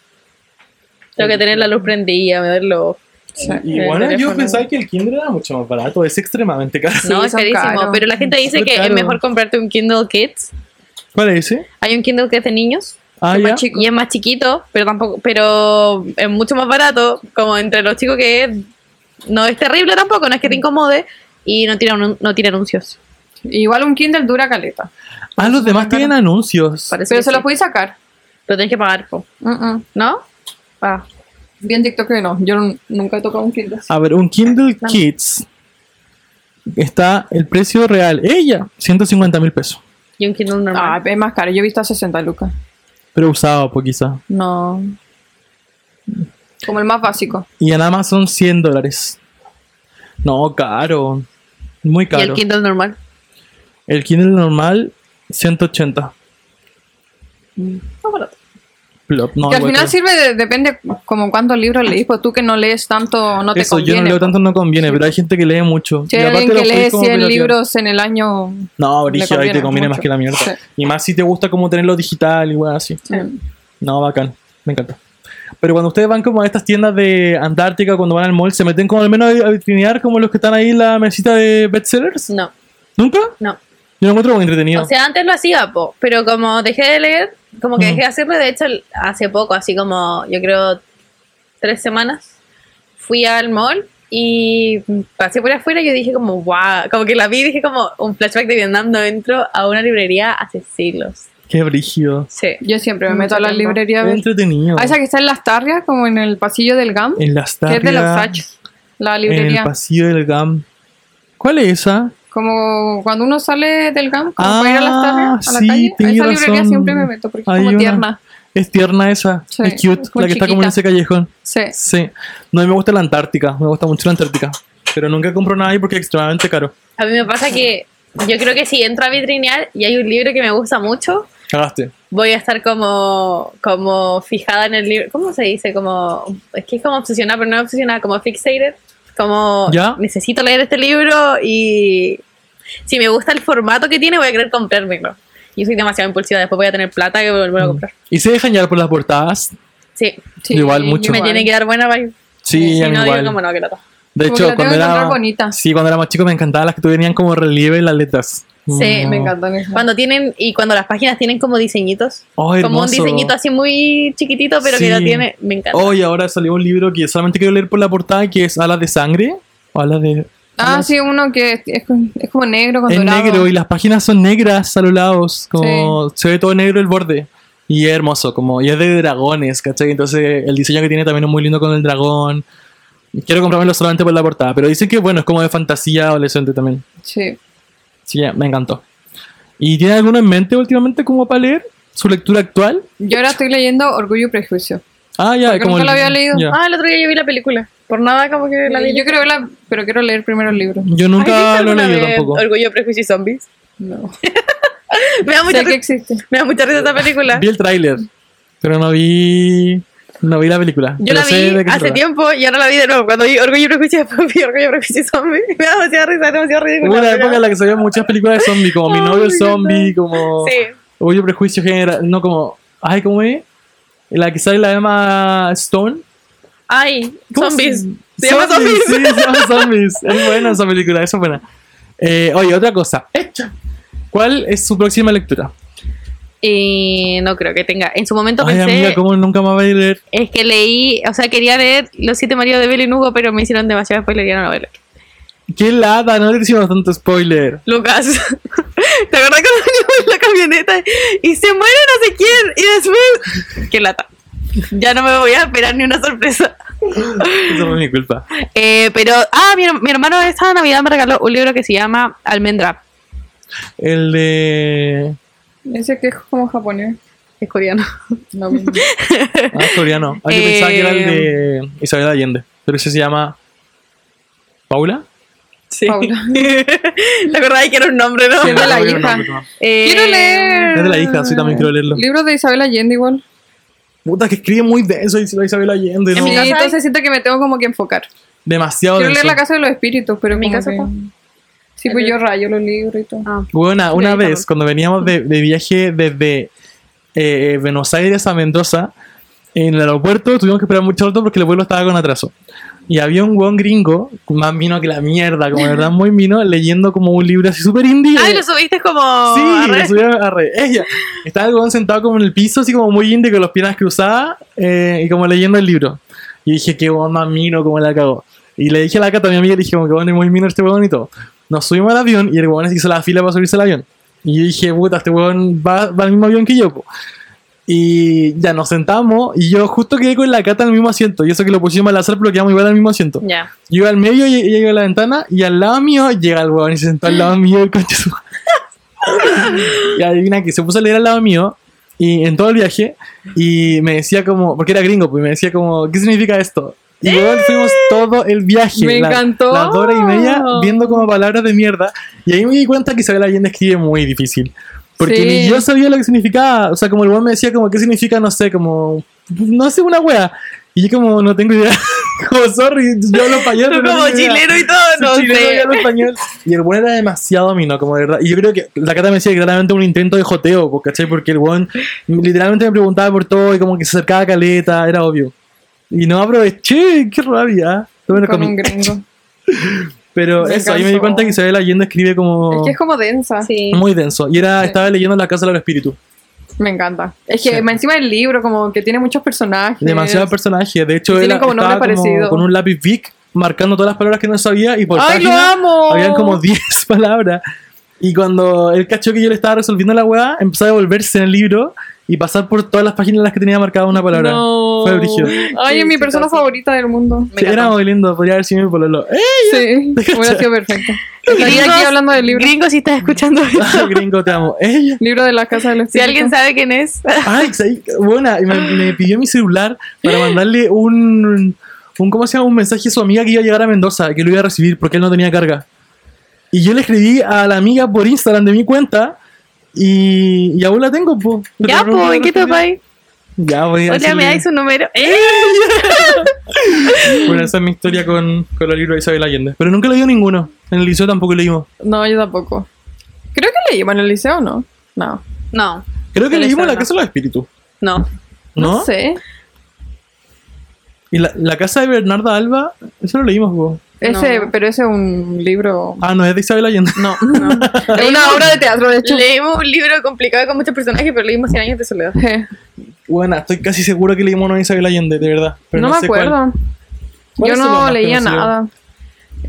Speaker 4: Tengo que tener la luz prendida, me verlo.
Speaker 1: Sí.
Speaker 2: Y
Speaker 4: El
Speaker 2: bueno, yo
Speaker 1: teléfono.
Speaker 2: pensaba que el Kindle era mucho más barato, es extremadamente caro.
Speaker 4: no,
Speaker 1: Sí,
Speaker 4: es
Speaker 1: son
Speaker 4: carísimo,
Speaker 1: caros.
Speaker 4: pero la gente dice
Speaker 2: Súper
Speaker 4: que
Speaker 2: caro.
Speaker 4: es mejor comprarte un Kindle Kids.
Speaker 2: ¿Cuál es ese?
Speaker 4: Hay un Kindle Kids de niños
Speaker 2: Ah, ya.
Speaker 1: más chico.
Speaker 4: y es más chiquito, pero tampoco, pero es mucho más barato, como entre los chicos que es, no es terrible tampoco, no es que te
Speaker 1: Mm.
Speaker 4: incomode y no tiene anu- no tiene anuncios.
Speaker 1: Igual un Kindle dura caleta.
Speaker 2: Ah, los demás tienen anuncios.
Speaker 4: Parece
Speaker 1: Pero
Speaker 4: que
Speaker 1: se los
Speaker 4: sí.
Speaker 1: podéis sacar.
Speaker 4: Lo tenés que pagar, po,
Speaker 1: Mm, mm.
Speaker 4: ¿no? Ah.
Speaker 1: Bien TikTok que no. Yo n- nunca he tocado un Kindle.
Speaker 2: A ver, un Kindle
Speaker 1: Ah.
Speaker 2: Kids está el precio real. Ella, 150 mil pesos.
Speaker 4: Y un Kindle
Speaker 1: Ah,
Speaker 4: normal.
Speaker 1: es más caro. Yo he visto a 60 lucas.
Speaker 2: Pero usado, pues quizá.
Speaker 1: No. Como el más básico.
Speaker 2: Y en Amazon 100 dólares. No, caro. Muy
Speaker 4: y
Speaker 2: caro.
Speaker 4: el Kindle normal.
Speaker 2: El Kindle normal, 180.
Speaker 4: No, barato.
Speaker 2: Plop, no,
Speaker 1: que al
Speaker 2: igual
Speaker 1: final
Speaker 2: creo.
Speaker 1: sirve, de- depende como cuántos libros leís, pues tú que no lees tanto, no te
Speaker 2: Eso,
Speaker 1: conviene. pues.
Speaker 2: yo no leo tanto, no conviene, pero hay gente que lee mucho.
Speaker 1: Si
Speaker 2: Y
Speaker 1: hay alguien
Speaker 2: lo
Speaker 1: que
Speaker 2: puedes
Speaker 1: lee
Speaker 2: como
Speaker 1: 100
Speaker 2: piratear.
Speaker 1: libros en el año...
Speaker 2: No, Brigio, ahí
Speaker 1: conviene
Speaker 2: te conviene más
Speaker 1: mucho.
Speaker 2: que la mierda.
Speaker 1: Sí.
Speaker 2: Y más si te gusta como tenerlo digital y weá así.
Speaker 1: eh,
Speaker 2: No, bacán. Me encanta. Pero cuando ustedes van como a estas tiendas de Antártica, cuando van al mall, ¿se meten como al menos a vitrinear como los que están ahí en la mesita de bestsellers?
Speaker 4: No,
Speaker 2: ¿Nunca?
Speaker 4: no.
Speaker 2: Yo lo encuentro muy entretenido.
Speaker 4: O sea, antes lo hacía, po, pero como dejé de leer, como que
Speaker 2: Ujú.
Speaker 4: dejé de hacerlo, de hecho, el- hace poco, así como yo creo tres semanas, fui al mall y pasé por afuera y yo dije como, wow, como que la vi y dije como un flashback de Vietnam, no entro a una librería hace siglos.
Speaker 2: Qué brígido.
Speaker 4: Sí.
Speaker 1: Yo siempre me
Speaker 4: Mucho
Speaker 1: meto a la
Speaker 4: tiempo.
Speaker 1: librería a ver.
Speaker 2: Entretenido.
Speaker 1: A Ah, esa que está en las tarrias, como en el pasillo del GAM,
Speaker 2: En las
Speaker 1: que es de los
Speaker 2: tapias.
Speaker 1: Sachs. La
Speaker 2: En el
Speaker 1: librería.
Speaker 2: pasillo del GAM. ¿Cuál es esa?
Speaker 1: Como cuando uno sale del GAM, como
Speaker 2: Ah,
Speaker 1: para ir a las tarrias, a la
Speaker 2: sí,
Speaker 1: calle. A
Speaker 2: tenés
Speaker 1: esa librería
Speaker 2: razón.
Speaker 1: siempre me meto porque es
Speaker 2: Hay
Speaker 1: como
Speaker 2: una-
Speaker 1: tierna.
Speaker 2: Es tierna esa.
Speaker 1: Sí,
Speaker 2: es cute.
Speaker 1: muy
Speaker 2: la que está como en
Speaker 1: chiquita.
Speaker 2: ese callejón.
Speaker 1: Sí.
Speaker 2: Sí. No, a mí me gusta la Antártica. Me gusta mucho la Antártica. Pero nunca compro nada ahí porque es extremadamente caro.
Speaker 4: A mí me pasa que yo creo que si entro a vitrinear y hay un libro que me gusta mucho,
Speaker 2: Cagaste.
Speaker 4: voy a estar como, como fijada en el libro. ¿Cómo se dice? Como, es que es como obsesionada, pero no obsesionada, como fixated. Como
Speaker 2: ¿Ya?
Speaker 4: necesito leer este libro y si me gusta el formato que tiene, voy a querer comprármelo. Yo soy demasiado impulsiva, después voy a tener plata que voy a volver
Speaker 2: Mm.
Speaker 4: a comprar.
Speaker 2: Y se dejan llevar por las portadas.
Speaker 4: Sí,
Speaker 1: sí,
Speaker 2: Igual mucho.
Speaker 4: me tiene que dar buena vibe.
Speaker 2: Sí, a
Speaker 4: si
Speaker 2: mí
Speaker 4: no,
Speaker 2: igual.
Speaker 4: digo como no, que lata.
Speaker 2: De
Speaker 1: Como
Speaker 2: hecho,
Speaker 1: que la tengo
Speaker 2: cuando
Speaker 1: que
Speaker 2: era,
Speaker 1: encontrar bonita.
Speaker 2: sí, cuando era más chico me encantaban las que tenían como relieve en las letras.
Speaker 4: Sí,
Speaker 1: Me encantan esas.
Speaker 4: Cuando tienen, y cuando las páginas tienen como diseñitos.
Speaker 2: Oh,
Speaker 4: como un
Speaker 2: hermoso.
Speaker 4: diseñito así muy chiquitito, pero
Speaker 2: Sí. Oh,
Speaker 4: que lo tiene. Me encanta.
Speaker 2: Hoy ahora salió un libro que solamente quiero leer por la portada que es Alas de Sangre. O Alas de...
Speaker 1: Ah, sí, uno que es, es como negro con
Speaker 2: Es
Speaker 1: dorado.
Speaker 2: negro y las páginas son negras a los lados. Como se ve todo negro el borde. Y es hermoso, como... Y es de dragones, ¿cachai? Entonces el diseño que tiene también es muy lindo con el dragón. Quiero comprármelo solamente por la portada. Pero dicen que, bueno, es como de fantasía adolescente también.
Speaker 1: Sí.
Speaker 2: Sí, ya, me encantó. ¿Y tiene alguno en mente últimamente como para leer? ¿Su lectura actual?
Speaker 1: Yo ahora estoy leyendo Orgullo y Prejuicio.
Speaker 2: Ah, ya,
Speaker 1: Porque
Speaker 2: como
Speaker 1: nunca
Speaker 2: el-
Speaker 1: lo había leído.
Speaker 2: ya.
Speaker 4: Ah, el otro día yo vi la película. Por nada, como que la vi.
Speaker 1: Yo creo que la... Pero quiero leer primero el libro.
Speaker 2: Yo
Speaker 4: ¿Has
Speaker 2: nunca
Speaker 4: visto
Speaker 2: lo
Speaker 4: alguna
Speaker 2: leí
Speaker 4: vez
Speaker 2: tampoco.
Speaker 4: Orgullo, prejuicio y zombies.
Speaker 1: No.
Speaker 4: Me da mucha,
Speaker 1: Sé que
Speaker 4: risa,
Speaker 1: existe.
Speaker 4: me da mucha risa esta película.
Speaker 2: Vi el tráiler, pero no vi no vi la película.
Speaker 4: Yo
Speaker 2: pero
Speaker 4: la
Speaker 2: sé de
Speaker 4: vi
Speaker 2: qué se
Speaker 4: hace
Speaker 2: trata.
Speaker 4: tiempo y ahora la vi de nuevo. Cuando vi Orgullo y Prejuicio, *laughs* después vi Orgullo y Prejuicio y Zombies. Me da demasiada risa, es demasiado *laughs*
Speaker 2: Hubo
Speaker 4: ridícula.
Speaker 2: una
Speaker 4: pero-
Speaker 2: época en la que salían muchas películas de zombies, como Mi
Speaker 4: Ay,
Speaker 2: novio el
Speaker 4: me
Speaker 2: zombie, como
Speaker 4: Sí.
Speaker 2: Orgullo y Prejuicio General, no como, ay, ¿cómo es? En la que sale la Emma Stone.
Speaker 4: Ay,
Speaker 2: ¿Cómo
Speaker 4: zombies.
Speaker 2: Se,
Speaker 4: Se llama
Speaker 2: Zombies,
Speaker 4: Zombies.
Speaker 2: Sí, se llama Zombies. Es buena esa película, esa es buena. Eh, oye, otra cosa. Hecha. ¿Cuál es su próxima lectura?
Speaker 4: Y no creo que tenga. En su momento
Speaker 2: Ay,
Speaker 4: pensé.
Speaker 2: amiga, ¿cómo nunca más vais a leer?
Speaker 4: Es que leí, o sea, quería leer Los siete maridos de Belén Hugo, pero me hicieron demasiado spoiler y ya no lo voy a leer.
Speaker 2: ¡Qué lata! No le hicimos tanto spoiler.
Speaker 4: Lucas, *laughs* ¿te acuerdas cuando veníamos en la camioneta y se muere no sé quién? Y después, qué lata. Ya no me voy a esperar ni una sorpresa.
Speaker 2: Eso fue mi culpa.
Speaker 4: Eh, pero, ah, mi, her- mi hermano esta Navidad me regaló un libro que se llama Almendra.
Speaker 2: El de.
Speaker 1: Ese que es como japonés.
Speaker 4: Es coreano.
Speaker 1: *laughs* No, mismo.
Speaker 2: Ah, es coreano. Ah, yo
Speaker 4: Eh,
Speaker 2: pensaba que era el
Speaker 1: Eh,
Speaker 2: de Isabel Allende. Pero ese se llama. ¿Paula?
Speaker 4: Sí.
Speaker 1: Paula.
Speaker 4: ¿Te acordás que era un nombre, no?
Speaker 2: Sí,
Speaker 1: de
Speaker 2: *laughs*
Speaker 1: la
Speaker 2: no, no,
Speaker 1: hija.
Speaker 2: no, no.
Speaker 4: Eh,
Speaker 1: Quiero leer.
Speaker 2: Es de la hija, sí, también quiero leerlo.
Speaker 1: Libros de Isabel Allende igual.
Speaker 2: Puta, que escribe muy denso Isabel Allende.
Speaker 1: Sí,
Speaker 2: ¿no?
Speaker 4: mi casa hay-
Speaker 1: entonces siento que me tengo como que enfocar.
Speaker 2: Demasiado
Speaker 1: Quiero leer
Speaker 2: denso.
Speaker 1: La Casa de los Espíritus, pero
Speaker 4: ¿En mi
Speaker 1: como
Speaker 4: casa
Speaker 1: que-
Speaker 4: está?
Speaker 1: Sí, pues yo rayo los libros y todo.
Speaker 4: Ah.
Speaker 2: Buena, una
Speaker 4: Sí,
Speaker 2: vez, cuando veníamos de, de viaje desde eh, Buenos Aires a Mendoza, en el aeropuerto tuvimos que esperar mucho rato porque el vuelo estaba con atraso. Y había un guon gringo, más mino que la mierda, como de verdad muy mino, leyendo como un libro así súper indie.
Speaker 4: Ay, lo subiste como.
Speaker 2: Sí,
Speaker 4: a
Speaker 2: lo
Speaker 4: redes.
Speaker 2: subí a red. Ella. Estaba el weón sentado como en el piso, así como muy indie, con las piernas cruzadas eh, y como leyendo el libro. Y dije, qué weón más mino, cómo la cagó. Y le dije a la Cata, a mi amiga, le dije, como que bueno, es muy mino este weón y todo. Nos subimos al avión y el weón hizo la fila para subirse al avión. Y yo dije, puta, este weón va, va al mismo avión que yo, po. Y ya nos sentamos y yo justo quedé con la Cata en el mismo asiento. Y eso que lo pusimos al azar, pero quedamos igual al mismo asiento.
Speaker 4: Ya.
Speaker 2: Yo iba al medio y ella iba a la ventana y al lado mío llega el huevón y se sentó al lado mío el coche su *laughs* Y adivina que se puso a leer al lado mío y en todo el viaje y me decía como, porque era gringo, pues me decía como, ¿qué significa esto? Y luego fuimos todo el viaje.
Speaker 1: ¡Eh! Me
Speaker 2: la-
Speaker 1: encantó.
Speaker 2: Las dos horas y media viendo como palabras de mierda. Y ahí me di cuenta que Isabel Allende escribe muy difícil. Porque
Speaker 1: Sí.
Speaker 2: ni yo sabía lo que significaba. O sea, como el weón me decía como, ¿qué significa? No sé, como, no sé, una wea. Y yo como, no tengo idea. *laughs* como, sorry, yo hablo español.
Speaker 4: Tú
Speaker 2: pero no
Speaker 4: como
Speaker 2: tengo idea.
Speaker 4: chileno y todo,
Speaker 2: *laughs* Soy
Speaker 4: no
Speaker 2: chileno y
Speaker 4: sé.
Speaker 2: hablo español. Y el weón era demasiado mino, como de verdad. Y yo creo que la cata me decía que claramente un intento de joteo, po, ¿cachai? Porque el weón literalmente me preguntaba por todo y como que se acercaba a caleta, era obvio. Y no aproveché, qué rabia. No me lo
Speaker 1: Con
Speaker 2: comí.
Speaker 1: un gringo.
Speaker 2: Pero
Speaker 1: Me
Speaker 2: eso, ahí me di
Speaker 1: cansó.
Speaker 2: cuenta que Isabel Allende escribe como
Speaker 1: Es que es como densa.
Speaker 4: Sí.
Speaker 2: muy denso. Y era,
Speaker 1: Sí.
Speaker 2: estaba leyendo La Casa de los Espíritus.
Speaker 1: Me encanta. Es que
Speaker 2: Sí.
Speaker 1: más encima del libro, como que tiene muchos personajes.
Speaker 2: Demasiados personajes. De hecho,
Speaker 1: Y
Speaker 2: él
Speaker 1: tienen como
Speaker 2: estaba
Speaker 1: nombres
Speaker 2: como
Speaker 1: parecidos.
Speaker 2: con un lápiz big marcando todas las palabras que no sabía y por
Speaker 1: ¡Ay, lo
Speaker 2: página *laughs*
Speaker 1: amo!
Speaker 2: habían como 10 palabras. Y cuando él cachó que yo le estaba resolviendo la weá, empezó a devolverse en el libro y pasar por todas las páginas en las que tenía marcada una palabra.
Speaker 1: No.
Speaker 2: Fue brígido.
Speaker 1: Ay,
Speaker 4: Sí,
Speaker 1: es mi
Speaker 4: sí,
Speaker 1: persona
Speaker 4: pasa.
Speaker 1: favorita del mundo.
Speaker 4: Me
Speaker 2: Sí,
Speaker 4: encanta.
Speaker 2: era muy lindo, podría haber sido mi pololo. *laughs* ¡Eh!
Speaker 1: Sí, hubiera sido perfecto. Estaría aquí hablando del libro.
Speaker 4: Gringo, si estás escuchando esto.
Speaker 2: Gringo, te amo. ¡Ella!
Speaker 1: Libro de la casa del
Speaker 4: Si
Speaker 1: espíritu.
Speaker 4: alguien sabe quién es, *laughs*
Speaker 2: ¡Ay! Ah, sí, Buena, y me, me pidió mi celular para mandarle un, un. ¿Cómo se llama? Un mensaje a su amiga que iba a llegar a Mendoza, que lo iba a recibir porque él no tenía carga. Y yo le escribí a la amiga por Instagram de mi cuenta y, y aún la tengo, po.
Speaker 4: ya,
Speaker 2: Pero no-
Speaker 4: pues, ¿en qué
Speaker 2: no-
Speaker 4: te vais?
Speaker 2: Ya, voy a
Speaker 4: Hola,
Speaker 2: hacerle-
Speaker 4: me dais un número. ¡Eh!
Speaker 2: Bueno, esa es mi historia con, con los libros de Isabel Allende. Pero nunca leí ninguno. En el liceo tampoco leímos.
Speaker 1: No, yo tampoco. Creo que leímos en el liceo, ¿no? No.
Speaker 4: No,
Speaker 2: Creo que
Speaker 4: El
Speaker 2: leímos
Speaker 4: liceo
Speaker 2: La
Speaker 4: no.
Speaker 2: Casa de los Espíritus.
Speaker 4: no.
Speaker 2: ¿No?
Speaker 1: sé.
Speaker 2: Y la, la Casa de Bernarda Alba, eso lo leímos, po.
Speaker 1: Ese,
Speaker 4: No.
Speaker 1: pero ese es un
Speaker 2: *laughs*
Speaker 1: libro.
Speaker 2: Ah, no, es de Isabel Allende. *laughs*
Speaker 1: No, no. es una obra de teatro, de hecho.
Speaker 4: Leímos un libro complicado con muchos personajes, pero leímos 100 años de soledad.
Speaker 1: Eh,
Speaker 2: Bueno, estoy casi seguro que leímos uno de Isabel Allende, de verdad. Pero
Speaker 1: no,
Speaker 2: no,
Speaker 1: me
Speaker 2: sé
Speaker 1: acuerdo.
Speaker 2: cuál. ¿Cuál
Speaker 1: Yo
Speaker 2: es lo más
Speaker 1: no
Speaker 2: que
Speaker 1: leía
Speaker 2: nos llegó?
Speaker 1: nada.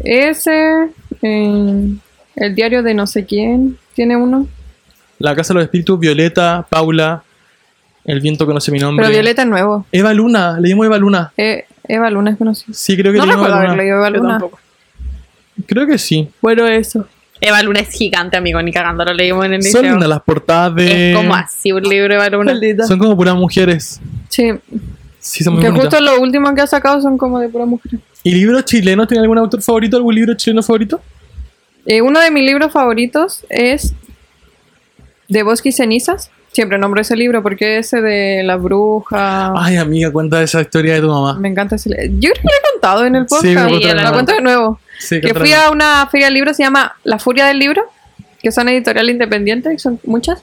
Speaker 1: Ese, eh, el diario de no sé quién, tiene uno.
Speaker 2: La Casa de los Espíritus, Violeta, Paula, El viento conoce mi nombre.
Speaker 1: Pero Violeta es nuevo.
Speaker 2: Eva Luna, leímos Eva Luna.
Speaker 1: Eh, Eva Luna es conocida.
Speaker 2: Sí, creo que
Speaker 1: No
Speaker 2: leímos
Speaker 1: recuerdo
Speaker 2: Eva
Speaker 1: haber
Speaker 2: Luna.
Speaker 1: leído Eva
Speaker 4: Yo
Speaker 1: Luna.
Speaker 4: tampoco.
Speaker 2: Creo que sí.
Speaker 1: Bueno, eso.
Speaker 4: Eva Luna es gigante, amigo, ni cagando, lo leímos en el
Speaker 2: Son
Speaker 4: liceo.
Speaker 2: lindas las portadas de.
Speaker 4: Es como así un libro de Eva Luna.
Speaker 2: Son como puras mujeres.
Speaker 1: Sí,
Speaker 2: Sí, son muy
Speaker 1: que
Speaker 2: bonitas.
Speaker 1: justo los últimos que ha sacado son como de pura mujer.
Speaker 2: ¿Y libros chilenos? ¿Tiene algún autor favorito? ¿Algún libro chileno favorito?
Speaker 1: Eh, uno de mis libros favoritos es De Bosque y Cenizas. Siempre nombro ese libro porque ese de la bruja.
Speaker 2: Ay, amiga, cuenta esa historia de tu mamá.
Speaker 1: Me encanta ese libro. Yo creo que lo he contado en el
Speaker 2: Sí,
Speaker 1: podcast.
Speaker 2: me
Speaker 4: Sí,
Speaker 2: acuerdo
Speaker 4: la
Speaker 1: La cuento de nuevo.
Speaker 2: Sí,
Speaker 1: Que
Speaker 2: contra-
Speaker 1: fui a una feria de libros, se llama La Furia del Libro, que son editorial independiente, que son muchas.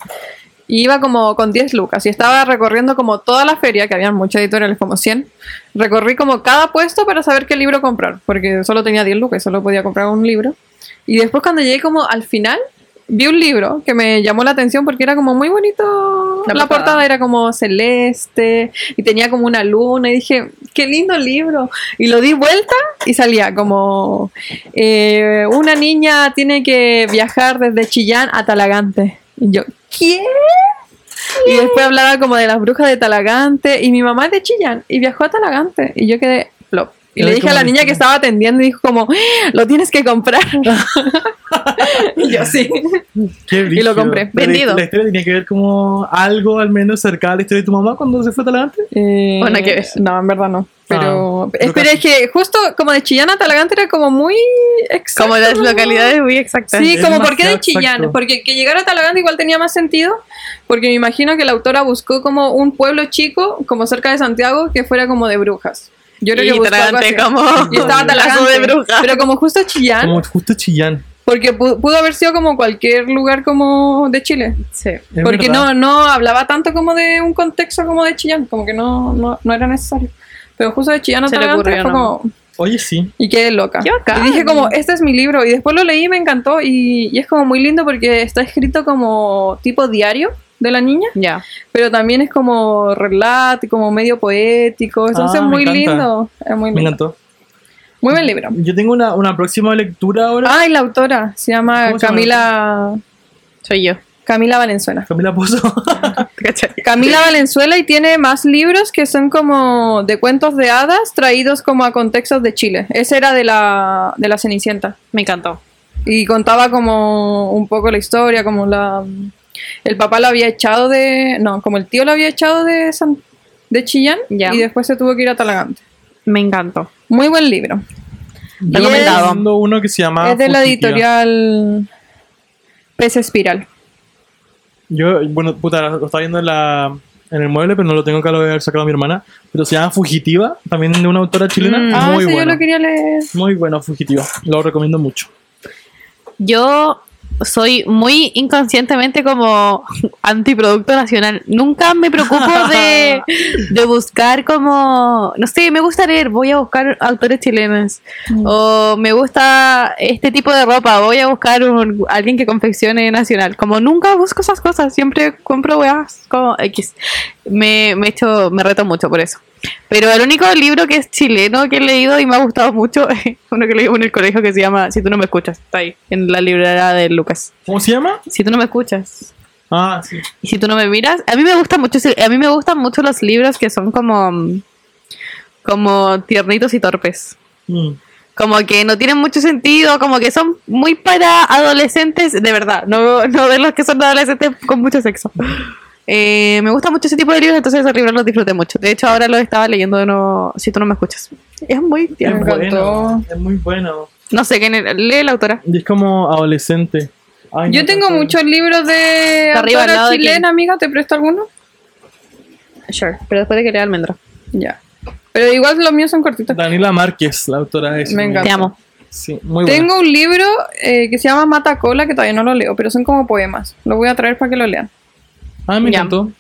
Speaker 1: Y iba como con 10 lucas y estaba recorriendo como toda la feria, que habían muchas editoriales, como 100. Recorrí como cada puesto para saber qué libro comprar, porque solo tenía 10 lucas y solo podía comprar un libro. Y después cuando llegué como al final, vi un libro que me llamó la atención porque era como muy bonito.
Speaker 4: La
Speaker 1: La,
Speaker 4: portada.
Speaker 1: portada era como celeste y tenía como una luna y dije, qué lindo libro. Y lo di vuelta y salía como, eh, una niña tiene que viajar desde Chillán a Talagante. Y yo, ¿qué? Y después hablaba como de las brujas de Talagante y mi mamá es de Chillán y viajó a Talagante y yo quedé flop. Y
Speaker 2: Ay,
Speaker 1: le dije a
Speaker 2: cómo
Speaker 1: la niña
Speaker 2: difícil.
Speaker 1: que estaba atendiendo y dijo como, "¡Ah! lo tienes que comprar. *laughs* y yo sí.
Speaker 2: Qué
Speaker 1: y lo compré.
Speaker 2: Pero
Speaker 4: Vendido.
Speaker 2: La historia tenía que ver como algo al menos cerca a la historia de tu mamá cuando se fue a Talagante.
Speaker 1: Eh,
Speaker 4: Bueno, hay que ver.
Speaker 1: No, en verdad no. Pero,
Speaker 2: pero
Speaker 1: es, pero
Speaker 2: casi.
Speaker 1: es que justo como de Chillán a Talagante era como muy exacto.
Speaker 4: Como las localidades muy exactas.
Speaker 1: Sí,
Speaker 2: Es
Speaker 1: como por qué de
Speaker 2: demasiado
Speaker 1: Chillán,
Speaker 2: exacto.
Speaker 1: porque que llegara a Talagante igual tenía más sentido, porque me imagino que la autora buscó como un pueblo chico, como cerca de Santiago, que fuera como de brujas. Yo creo
Speaker 4: Y
Speaker 1: que buscó algo
Speaker 4: Talagante
Speaker 1: así. *laughs*
Speaker 4: como-
Speaker 1: y estaba
Speaker 4: como lazo
Speaker 1: Talagante
Speaker 4: de brujas.
Speaker 1: pero como justo Chillán,
Speaker 2: Como justo Chillán.
Speaker 1: porque pu- pudo haber sido como cualquier lugar como de Chile.
Speaker 4: Sí.
Speaker 2: Es
Speaker 1: Porque no,
Speaker 2: verdad.
Speaker 1: no hablaba tanto como de un contexto como de Chillán, como que no, no, no era necesario. Pero justo de Chillán a
Speaker 4: Se le
Speaker 1: Talagante
Speaker 4: ocurrió,
Speaker 1: fue
Speaker 4: ¿no?
Speaker 1: como...
Speaker 2: Oye, sí.
Speaker 1: Y quedé loca.
Speaker 4: Qué bacán.
Speaker 1: Y dije como, este es mi libro. Y después lo leí, me encantó. Y, y es como muy lindo porque está escrito como tipo diario de la niña.
Speaker 4: Ya.
Speaker 1: Pero también es como relato, y como medio poético. Entonces
Speaker 2: Ah,
Speaker 1: es
Speaker 2: me
Speaker 1: muy
Speaker 2: encanta.
Speaker 1: lindo. Es muy
Speaker 2: Me
Speaker 1: lindo.
Speaker 2: encantó.
Speaker 1: Muy buen libro.
Speaker 2: Yo tengo una, una próxima lectura ahora.
Speaker 1: Ah, y la autora se llama
Speaker 2: ¿Cómo se llama
Speaker 1: Camila,
Speaker 4: Soy yo.
Speaker 1: Camila Valenzuela. *laughs*
Speaker 2: Camila Pozo.
Speaker 4: ¿Cachai?
Speaker 1: Camila Valenzuela y tiene más libros que son como de cuentos de hadas traídos como a contextos de Chile. Ese era de la, de la Cenicienta.
Speaker 4: Me encantó.
Speaker 1: y contaba como un poco la historia, como la el papá lo había echado de no, como el tío lo había echado de San- de Chillán
Speaker 4: Ya.
Speaker 1: y después se tuvo que ir a Talagante.
Speaker 4: Me encantó.
Speaker 1: Muy buen libro.
Speaker 2: Yo
Speaker 4: Recomendado.
Speaker 2: recomiendo uno que se llama.
Speaker 1: es de la
Speaker 2: Fugitiva.
Speaker 1: editorial Pez Espiral.
Speaker 2: Yo, bueno, puta, lo estaba viendo en, la, en el mueble, pero no lo tengo acá, lo voy a haber sacado mi hermana. Pero se llama Fugitiva, también de una autora chilena.
Speaker 4: Mm.
Speaker 1: Ah,
Speaker 2: Muy
Speaker 1: ese yo
Speaker 2: bueno.
Speaker 1: lo quería leer.
Speaker 2: Muy bueno, Fugitiva. Lo recomiendo mucho.
Speaker 4: Yo soy muy inconscientemente como *laughs* antiproducto nacional. Nunca me preocupo de, de buscar como, no sé, me gusta leer, voy a buscar autores chilenos. O me gusta este tipo de ropa, voy a buscar un- alguien que confeccione nacional. Como nunca busco esas cosas, siempre compro weas como X. Me, me, echo- me reto mucho por eso. Pero el único libro que es chileno que he leído y me ha gustado mucho *laughs* es uno que leí en el colegio que se llama Si tú no me escuchas. Está ahí, en la librería de Lucas.
Speaker 2: ¿Cómo se llama?
Speaker 4: Si tú no me escuchas.
Speaker 2: Ah, sí.
Speaker 4: Y si tú no me miras, a mí me gusta mucho, ese- a mí me gustan mucho los libros que son como mm, como tiernitos y torpes.
Speaker 2: Mm.
Speaker 4: Como que no tienen mucho sentido, como que son muy para adolescentes, de verdad, no, no de los que son adolescentes con mucho sexo. Eh, me gusta mucho ese tipo de libros, entonces esos libros los disfruté mucho. De hecho, ahora los estaba leyendo de nuevo, si tú no me escuchas. Es muy
Speaker 1: Me
Speaker 4: tierno.
Speaker 1: encantó.
Speaker 2: Es muy bueno.
Speaker 4: No sé, ¿quién era? lee la autora.
Speaker 2: Y es como adolescente. Ay,
Speaker 1: Yo
Speaker 2: no,
Speaker 1: tengo
Speaker 2: no, no.
Speaker 1: muchos libros de
Speaker 4: Está arriba, al
Speaker 1: autora
Speaker 4: lado de
Speaker 1: chilena,
Speaker 4: Kim.
Speaker 1: amiga. ¿Te presto alguno?
Speaker 4: Sure, pero después de que lea Almendra.
Speaker 1: Ya. Pero igual los míos son cortitos.
Speaker 2: Daniela Márquez, la autora de eso.
Speaker 1: Me encanta.
Speaker 4: Te amo.
Speaker 2: Sí, muy bueno.
Speaker 1: Tengo un libro eh, que se llama Matacola, que todavía no lo leo, pero son como poemas. Lo voy a traer para que lo lean.
Speaker 2: Ah, me
Speaker 4: Ya.
Speaker 2: encantó.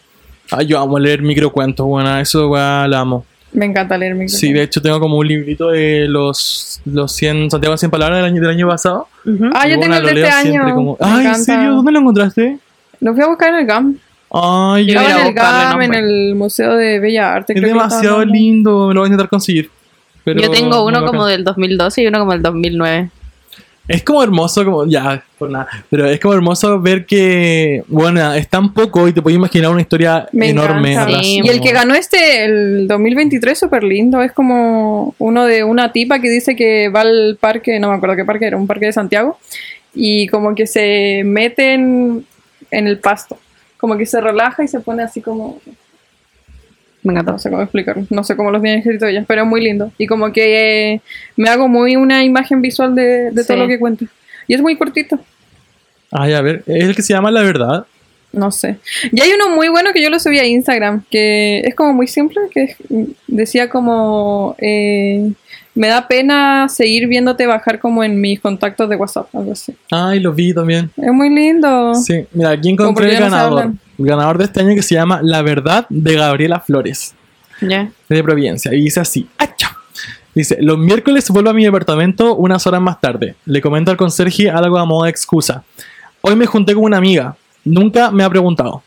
Speaker 2: Ah, yo amo leer microcuentos, bueno, eso weá, la amo.
Speaker 1: Me encanta leer mi
Speaker 2: Sí, de hecho tengo como un librito de los, los 100, Santiago 100 palabras del año, del año pasado.
Speaker 4: Ujú.
Speaker 1: Ah,
Speaker 2: Y,
Speaker 1: yo tengo
Speaker 2: bueno,
Speaker 1: el de
Speaker 2: lo
Speaker 1: este
Speaker 2: leo siempre
Speaker 1: año.
Speaker 2: como-
Speaker 1: Me
Speaker 2: Ay, ¿en
Speaker 1: encanta.
Speaker 2: serio? ¿Dónde lo encontraste?
Speaker 1: Lo fui a buscar en el GAM.
Speaker 2: Ay,
Speaker 1: Estaba
Speaker 4: Yo voy a
Speaker 1: en el
Speaker 4: buscarle
Speaker 1: GAM, en
Speaker 4: nombre.
Speaker 1: el Museo de Bellas Artes.
Speaker 2: es
Speaker 1: este creo que estaba
Speaker 2: demasiado
Speaker 1: dando.
Speaker 2: lindo, me lo voy a intentar conseguir. Pero
Speaker 4: Yo tengo uno
Speaker 2: muy
Speaker 4: como
Speaker 2: bacán.
Speaker 4: del 2012 y uno como del 2009.
Speaker 2: Es como hermoso, como ya, por nada. Pero es como hermoso ver que, bueno, es tan poco y te puedes imaginar una historia
Speaker 1: Me
Speaker 2: enorme.
Speaker 1: encanta.
Speaker 2: atrás.
Speaker 4: Sí.
Speaker 1: Y el que ganó este, el 2023, súper lindo. Es como uno de una tipa que dice que va al parque, no me acuerdo qué parque era, un parque de Santiago, y como que se meten en el pasto. Como que se relaja y se pone así como.
Speaker 4: Me encantó.
Speaker 1: No sé cómo explicarlo. No sé cómo los tienen escrito ellas, pero es muy lindo. Y como que eh, me hago muy una imagen visual de, de todo
Speaker 4: Sí.
Speaker 1: lo que cuento. Y es muy cortito.
Speaker 2: Ay, a ver, es el que se llama La Verdad.
Speaker 1: No sé. Y hay uno muy bueno que yo lo subí a Instagram, que es como muy simple, que es- decía como, eh, me da pena seguir viéndote bajar como en mis contactos de WhatsApp, algo así.
Speaker 2: Ay, lo vi también.
Speaker 1: Es muy lindo.
Speaker 2: Sí, mira, aquí
Speaker 1: Como
Speaker 2: encontré
Speaker 1: porque
Speaker 2: el
Speaker 1: ya no se
Speaker 2: ganador.
Speaker 1: hablan.
Speaker 2: el ganador de este año que se llama La Verdad de Gabriela Flores,
Speaker 4: Ya.
Speaker 2: de Providencia. Y dice así: ¡Acha! Dice: Los miércoles vuelvo a mi departamento unas horas más tarde. Le comento al conserje algo a modo de excusa. Hoy me junté con una amiga. Nunca me ha preguntado.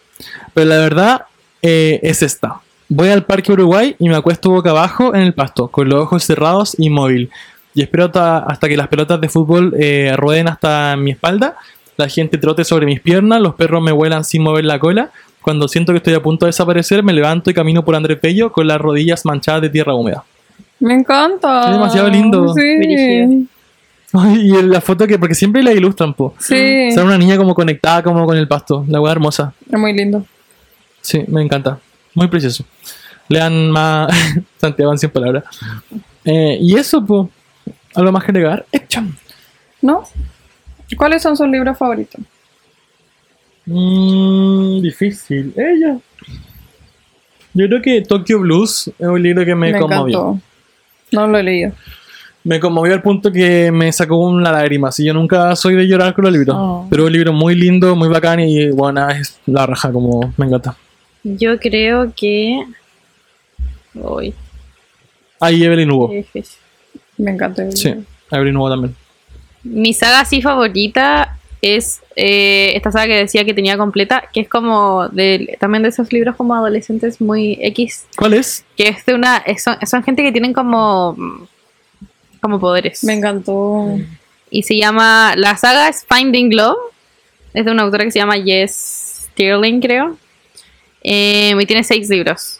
Speaker 2: Pero la verdad eh, es esta. Voy al Parque Uruguay y me acuesto boca abajo en el pasto, con los ojos cerrados, inmóvil. Y espero hasta, hasta que las pelotas de fútbol eh, rueden hasta mi espalda, la gente trote sobre mis piernas, los perros me vuelan sin mover la cola. Cuando siento que estoy a punto de desaparecer, me levanto y camino por Andrés Bello con las rodillas manchadas de tierra húmeda. *laughs*
Speaker 1: Me encanta.
Speaker 2: Es demasiado lindo.
Speaker 1: Sí.
Speaker 4: Brígido.
Speaker 2: Ay, y la foto que, porque siempre la ilustran, po.
Speaker 1: Sí.
Speaker 2: O sea, una niña como conectada como con el pasto, la hueá hermosa.
Speaker 1: Es muy lindo.
Speaker 2: Sí, me encanta. Muy precioso. Lean más *laughs* Santiago en 100 palabras. Eh, y eso, pues, algo más que agregar. Echa.
Speaker 1: ¿No? ¿Cuáles son sus libros favoritos?
Speaker 2: Mm, difícil. Ella. Yo creo que Tokyo Blues es un libro que me, conmovió.
Speaker 1: No lo he leído.
Speaker 2: Me conmovió al punto que me sacó una lágrima. Si yo nunca soy de llorar con los libros.
Speaker 1: Oh.
Speaker 2: Pero es un libro muy lindo, muy bacán y bueno, es la raja, como me encanta.
Speaker 4: Yo creo que. Uy,
Speaker 2: Ahí Evelyn
Speaker 4: qué
Speaker 2: Hugo.
Speaker 4: difícil.
Speaker 1: Me encanta. el
Speaker 2: Sí,
Speaker 1: libro.
Speaker 2: Evelyn Hugo también.
Speaker 4: Mi saga así favorita es eh, esta saga que decía que tenía completa, que es como de, también de esos libros como adolescentes muy X,
Speaker 2: ¿Cuál es?
Speaker 4: que es de una. es- son, son gente que tienen como. como poderes.
Speaker 1: Me encantó.
Speaker 4: Y se llama. La saga es Finding Love. Es de una autora que se llama Jess Stirling, creo. Eh, y tiene seis libros.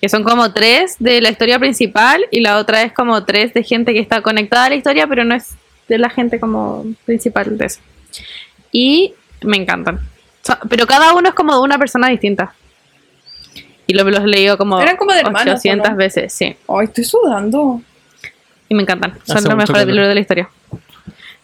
Speaker 4: Que son como tres de la historia principal y la otra es como tres de gente que está conectada a la historia, pero no es de la gente como principal de eso. Y me encantan. So- pero cada uno es como de una persona distinta. Y lo- los he leído como,
Speaker 1: Eran como de hermanos, ¿o
Speaker 4: 800
Speaker 1: no?
Speaker 4: veces, sí.
Speaker 1: Ay, estoy sudando.
Speaker 4: Y me encantan. Son
Speaker 2: Hace
Speaker 4: los
Speaker 2: Ah, mucho
Speaker 4: mejores
Speaker 2: calor.
Speaker 4: libros de la historia.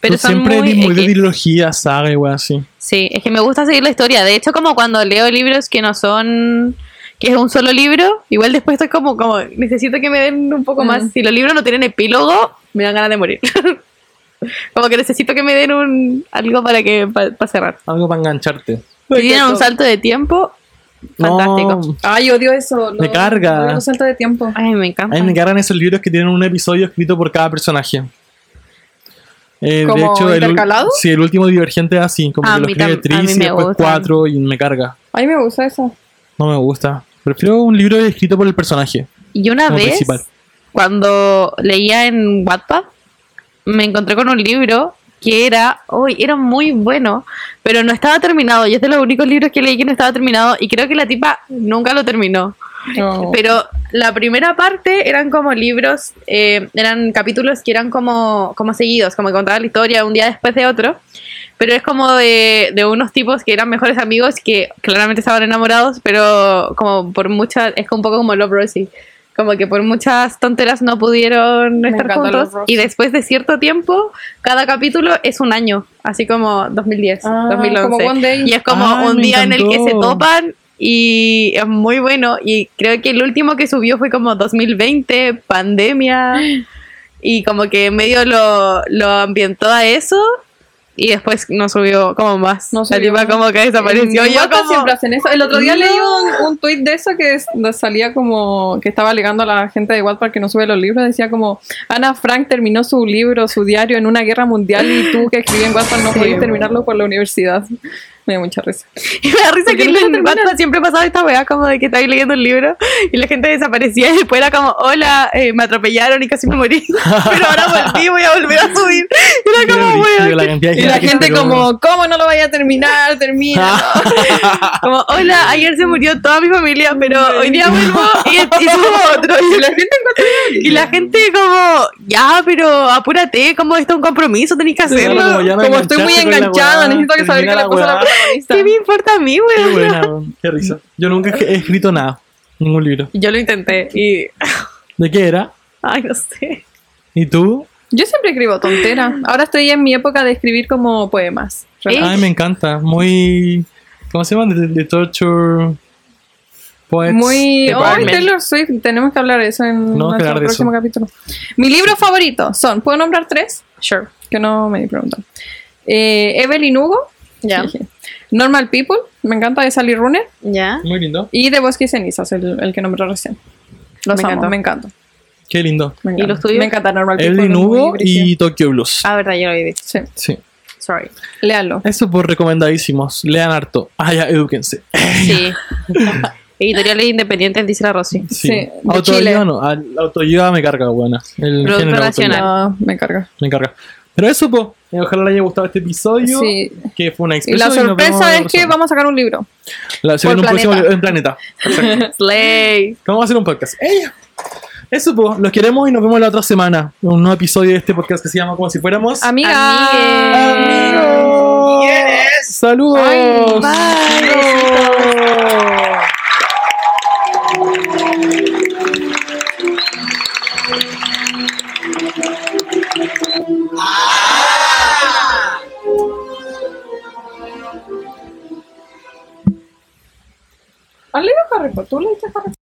Speaker 4: Pero
Speaker 2: Tú
Speaker 4: son
Speaker 2: siempre
Speaker 4: muy,
Speaker 2: eres muy de
Speaker 4: X.
Speaker 2: trilogía, saga y weá así.
Speaker 4: Sí, es que me gusta seguir la historia. De hecho, como cuando leo libros que no son. que es un solo libro, igual después estoy como. como necesito que me den un poco
Speaker 1: Mm.
Speaker 4: más. Si los libros no tienen epílogo, me dan ganas de morir. *laughs* como que necesito que me den un algo para que para cerrar.
Speaker 2: Algo para engancharte.
Speaker 4: Si tienen un salto de tiempo, fantástico.
Speaker 2: No,
Speaker 1: Ay, odio eso.
Speaker 2: Me carga.
Speaker 1: Un salto de tiempo.
Speaker 4: Ay, me
Speaker 2: a
Speaker 4: encanta.
Speaker 2: mí me encargan esos libros que tienen un episodio escrito por cada personaje. Eh, de
Speaker 1: ¿Como
Speaker 2: hecho, el,
Speaker 1: intercalado?
Speaker 2: sí, el último divergente es así, como
Speaker 4: Ah, A
Speaker 2: que lo
Speaker 4: mí
Speaker 2: escribe
Speaker 4: tam- a mí
Speaker 2: Tris y
Speaker 4: me
Speaker 2: después
Speaker 4: gustan.
Speaker 2: cuatro y me carga.
Speaker 1: A mí me gusta eso.
Speaker 2: No me gusta. Prefiero un libro escrito por el personaje.
Speaker 4: Y una
Speaker 2: Como
Speaker 4: vez,
Speaker 2: principal.
Speaker 4: cuando leía en Wattpad, me encontré con un libro que era, uy, era muy bueno, pero no estaba terminado. Y es de los únicos libros que leí que no estaba terminado. Y creo que la tipa nunca lo terminó.
Speaker 1: No.
Speaker 4: Pero la primera parte eran como libros, eh, eran capítulos que eran como, como seguidos, como que contaban la historia un día después de otro. Pero es como de, de unos tipos que eran mejores amigos que claramente estaban enamorados, pero como por muchas, es un poco como Love Rosie. Como que por muchas tonteras no pudieron estar
Speaker 1: encanta
Speaker 4: juntos.
Speaker 1: Love Rosie.
Speaker 4: Y después de cierto tiempo, cada capítulo es un año. Así como 2010,
Speaker 1: Ah,
Speaker 4: 2011.
Speaker 1: como One Day.
Speaker 4: Y es como
Speaker 2: Ah,
Speaker 4: un
Speaker 2: me
Speaker 4: día en el que se
Speaker 2: encantó.
Speaker 4: topan y es muy bueno. Y creo que el último que subió fue como 2020, pandemia. Y como que medio lo, lo ambientó a eso y después no subió como más.
Speaker 1: No
Speaker 4: No
Speaker 1: subió.
Speaker 4: La tipa como que desapareció.
Speaker 1: En
Speaker 4: Yo
Speaker 1: WhatsApp
Speaker 4: como...
Speaker 1: siempre hacen eso. El otro día
Speaker 4: No.
Speaker 1: leí un, un tuit de eso que es- nos salía como que estaba alegando a la gente de Wattpad que no sube los libros. Decía como Ana Frank terminó su libro, su diario en una guerra mundial y tú que escribí en Wattpad no
Speaker 4: Sí,
Speaker 1: podías
Speaker 4: bueno.
Speaker 1: terminarlo por la universidad. *laughs* Me dio mucha risa.
Speaker 4: Y *laughs* me da risa
Speaker 1: ¿Por qué
Speaker 4: que
Speaker 1: nunca
Speaker 4: en
Speaker 1: terminan?
Speaker 4: WhatsApp siempre pasaba esta weá como de que estáis leyendo el libro y la gente desaparecía y después era como, hola, eh, me atropellaron y casi me morí. *laughs* Pero ahora volví, voy a volver a subir. Y
Speaker 2: Qué
Speaker 4: Era como,
Speaker 2: brillo,
Speaker 4: weón,
Speaker 2: la
Speaker 4: qué
Speaker 2: cantidad de
Speaker 1: Ah, Y la
Speaker 2: que
Speaker 1: gente
Speaker 2: esperó.
Speaker 1: como, ¿cómo no lo vaya a terminar?
Speaker 2: *laughs*
Speaker 1: Termina.
Speaker 2: Ah,
Speaker 4: Como, hola, ayer se murió toda mi familia, pero hoy día vuelvo y, *laughs* y subo otro. Y la gente, y la gente como, ya, pero apúrate, como esto es un compromiso, tenés que hacerlo.
Speaker 2: Claro, como ya no
Speaker 1: como estoy muy
Speaker 2: enganchaste con la
Speaker 1: enganchada,
Speaker 2: weá,
Speaker 1: necesito que saber qué
Speaker 2: termina
Speaker 1: le
Speaker 2: la
Speaker 1: puso a la
Speaker 2: weá.
Speaker 1: protagonista.
Speaker 4: ¿Qué me importa a mí,
Speaker 2: Qué
Speaker 4: weón?
Speaker 2: buena, weón. qué risa. Yo nunca he escrito nada, ningún libro.
Speaker 4: Yo lo intenté y, *laughs*
Speaker 2: ¿De qué era?
Speaker 4: ay, no sé.
Speaker 2: ¿Y tú?
Speaker 1: Yo siempre escribo tonteras. Ahora estoy en mi época de escribir como poemas.
Speaker 4: ¿Eh?
Speaker 2: Ay, me encanta. Muy. ¿Cómo se llama? De, de torture. Poets.
Speaker 1: Muy. Ay,
Speaker 2: Department.
Speaker 1: Taylor Swift, tenemos que hablar de eso en
Speaker 2: Pues, No,
Speaker 1: nuestro
Speaker 2: claro, de
Speaker 1: próximo
Speaker 2: eso.
Speaker 1: capítulo. Mi libro favorito son. ¿Puedo nombrar tres? Sure. Que no me preguntan. Eh, Evelyn Hugo.
Speaker 4: *laughs* Ya.
Speaker 1: dije. Normal People. Me encanta de Sally Runner.
Speaker 4: ¿Ya?
Speaker 2: Muy lindo.
Speaker 1: Y de Bosque y Cenizas, el, el que nombró recién. Los
Speaker 4: Me
Speaker 1: amo,
Speaker 4: encanta.
Speaker 1: me encanta.
Speaker 2: Qué lindo.
Speaker 1: Me
Speaker 4: ¿Y
Speaker 1: encanta.
Speaker 4: los tuyos?
Speaker 1: Me encanta Normal People.
Speaker 2: Evelyn
Speaker 1: es muy
Speaker 2: Hugo
Speaker 1: brígido.
Speaker 2: y Tokyo Blues.
Speaker 4: Ah, verdad, yo lo vi.
Speaker 1: Sí,
Speaker 2: Sí.
Speaker 4: Sorry.
Speaker 1: léalo.
Speaker 2: Eso por recomendadísimos. Lean harto. Ah, ya, edúquense.
Speaker 4: Sí. *laughs* Editoriales independientes, dice la Rosy.
Speaker 1: Sí, de Chile.
Speaker 2: Autoayuda no. al- Autoayuda me carga, buena. El
Speaker 4: Producto
Speaker 2: género autoayuda
Speaker 4: nacional.
Speaker 1: No, Ah, me carga.
Speaker 2: Me carga. Pero eso, po. Ojalá les haya gustado este episodio.
Speaker 1: Sí.
Speaker 2: Que fue una
Speaker 1: Y
Speaker 2: experiencia.
Speaker 1: la sorpresa es que vamos a sacar un libro.
Speaker 2: La, se
Speaker 1: por
Speaker 2: viene un próximo
Speaker 1: Planeta.
Speaker 2: en Planeta.
Speaker 4: Slay.
Speaker 2: Vamos a hacer un podcast. ¡Ella! Eso, pues, los queremos y nos vemos la otra semana. Un nuevo episodio de este podcast que se llama Como si fuéramos.
Speaker 1: Amiga.
Speaker 4: Amigues.
Speaker 3: ¿Quieres?
Speaker 2: ¡Saludos!
Speaker 4: Bye. Besitos.
Speaker 1: ¿Has leído Harry Potter? ¿Tú leíste Harry Potter?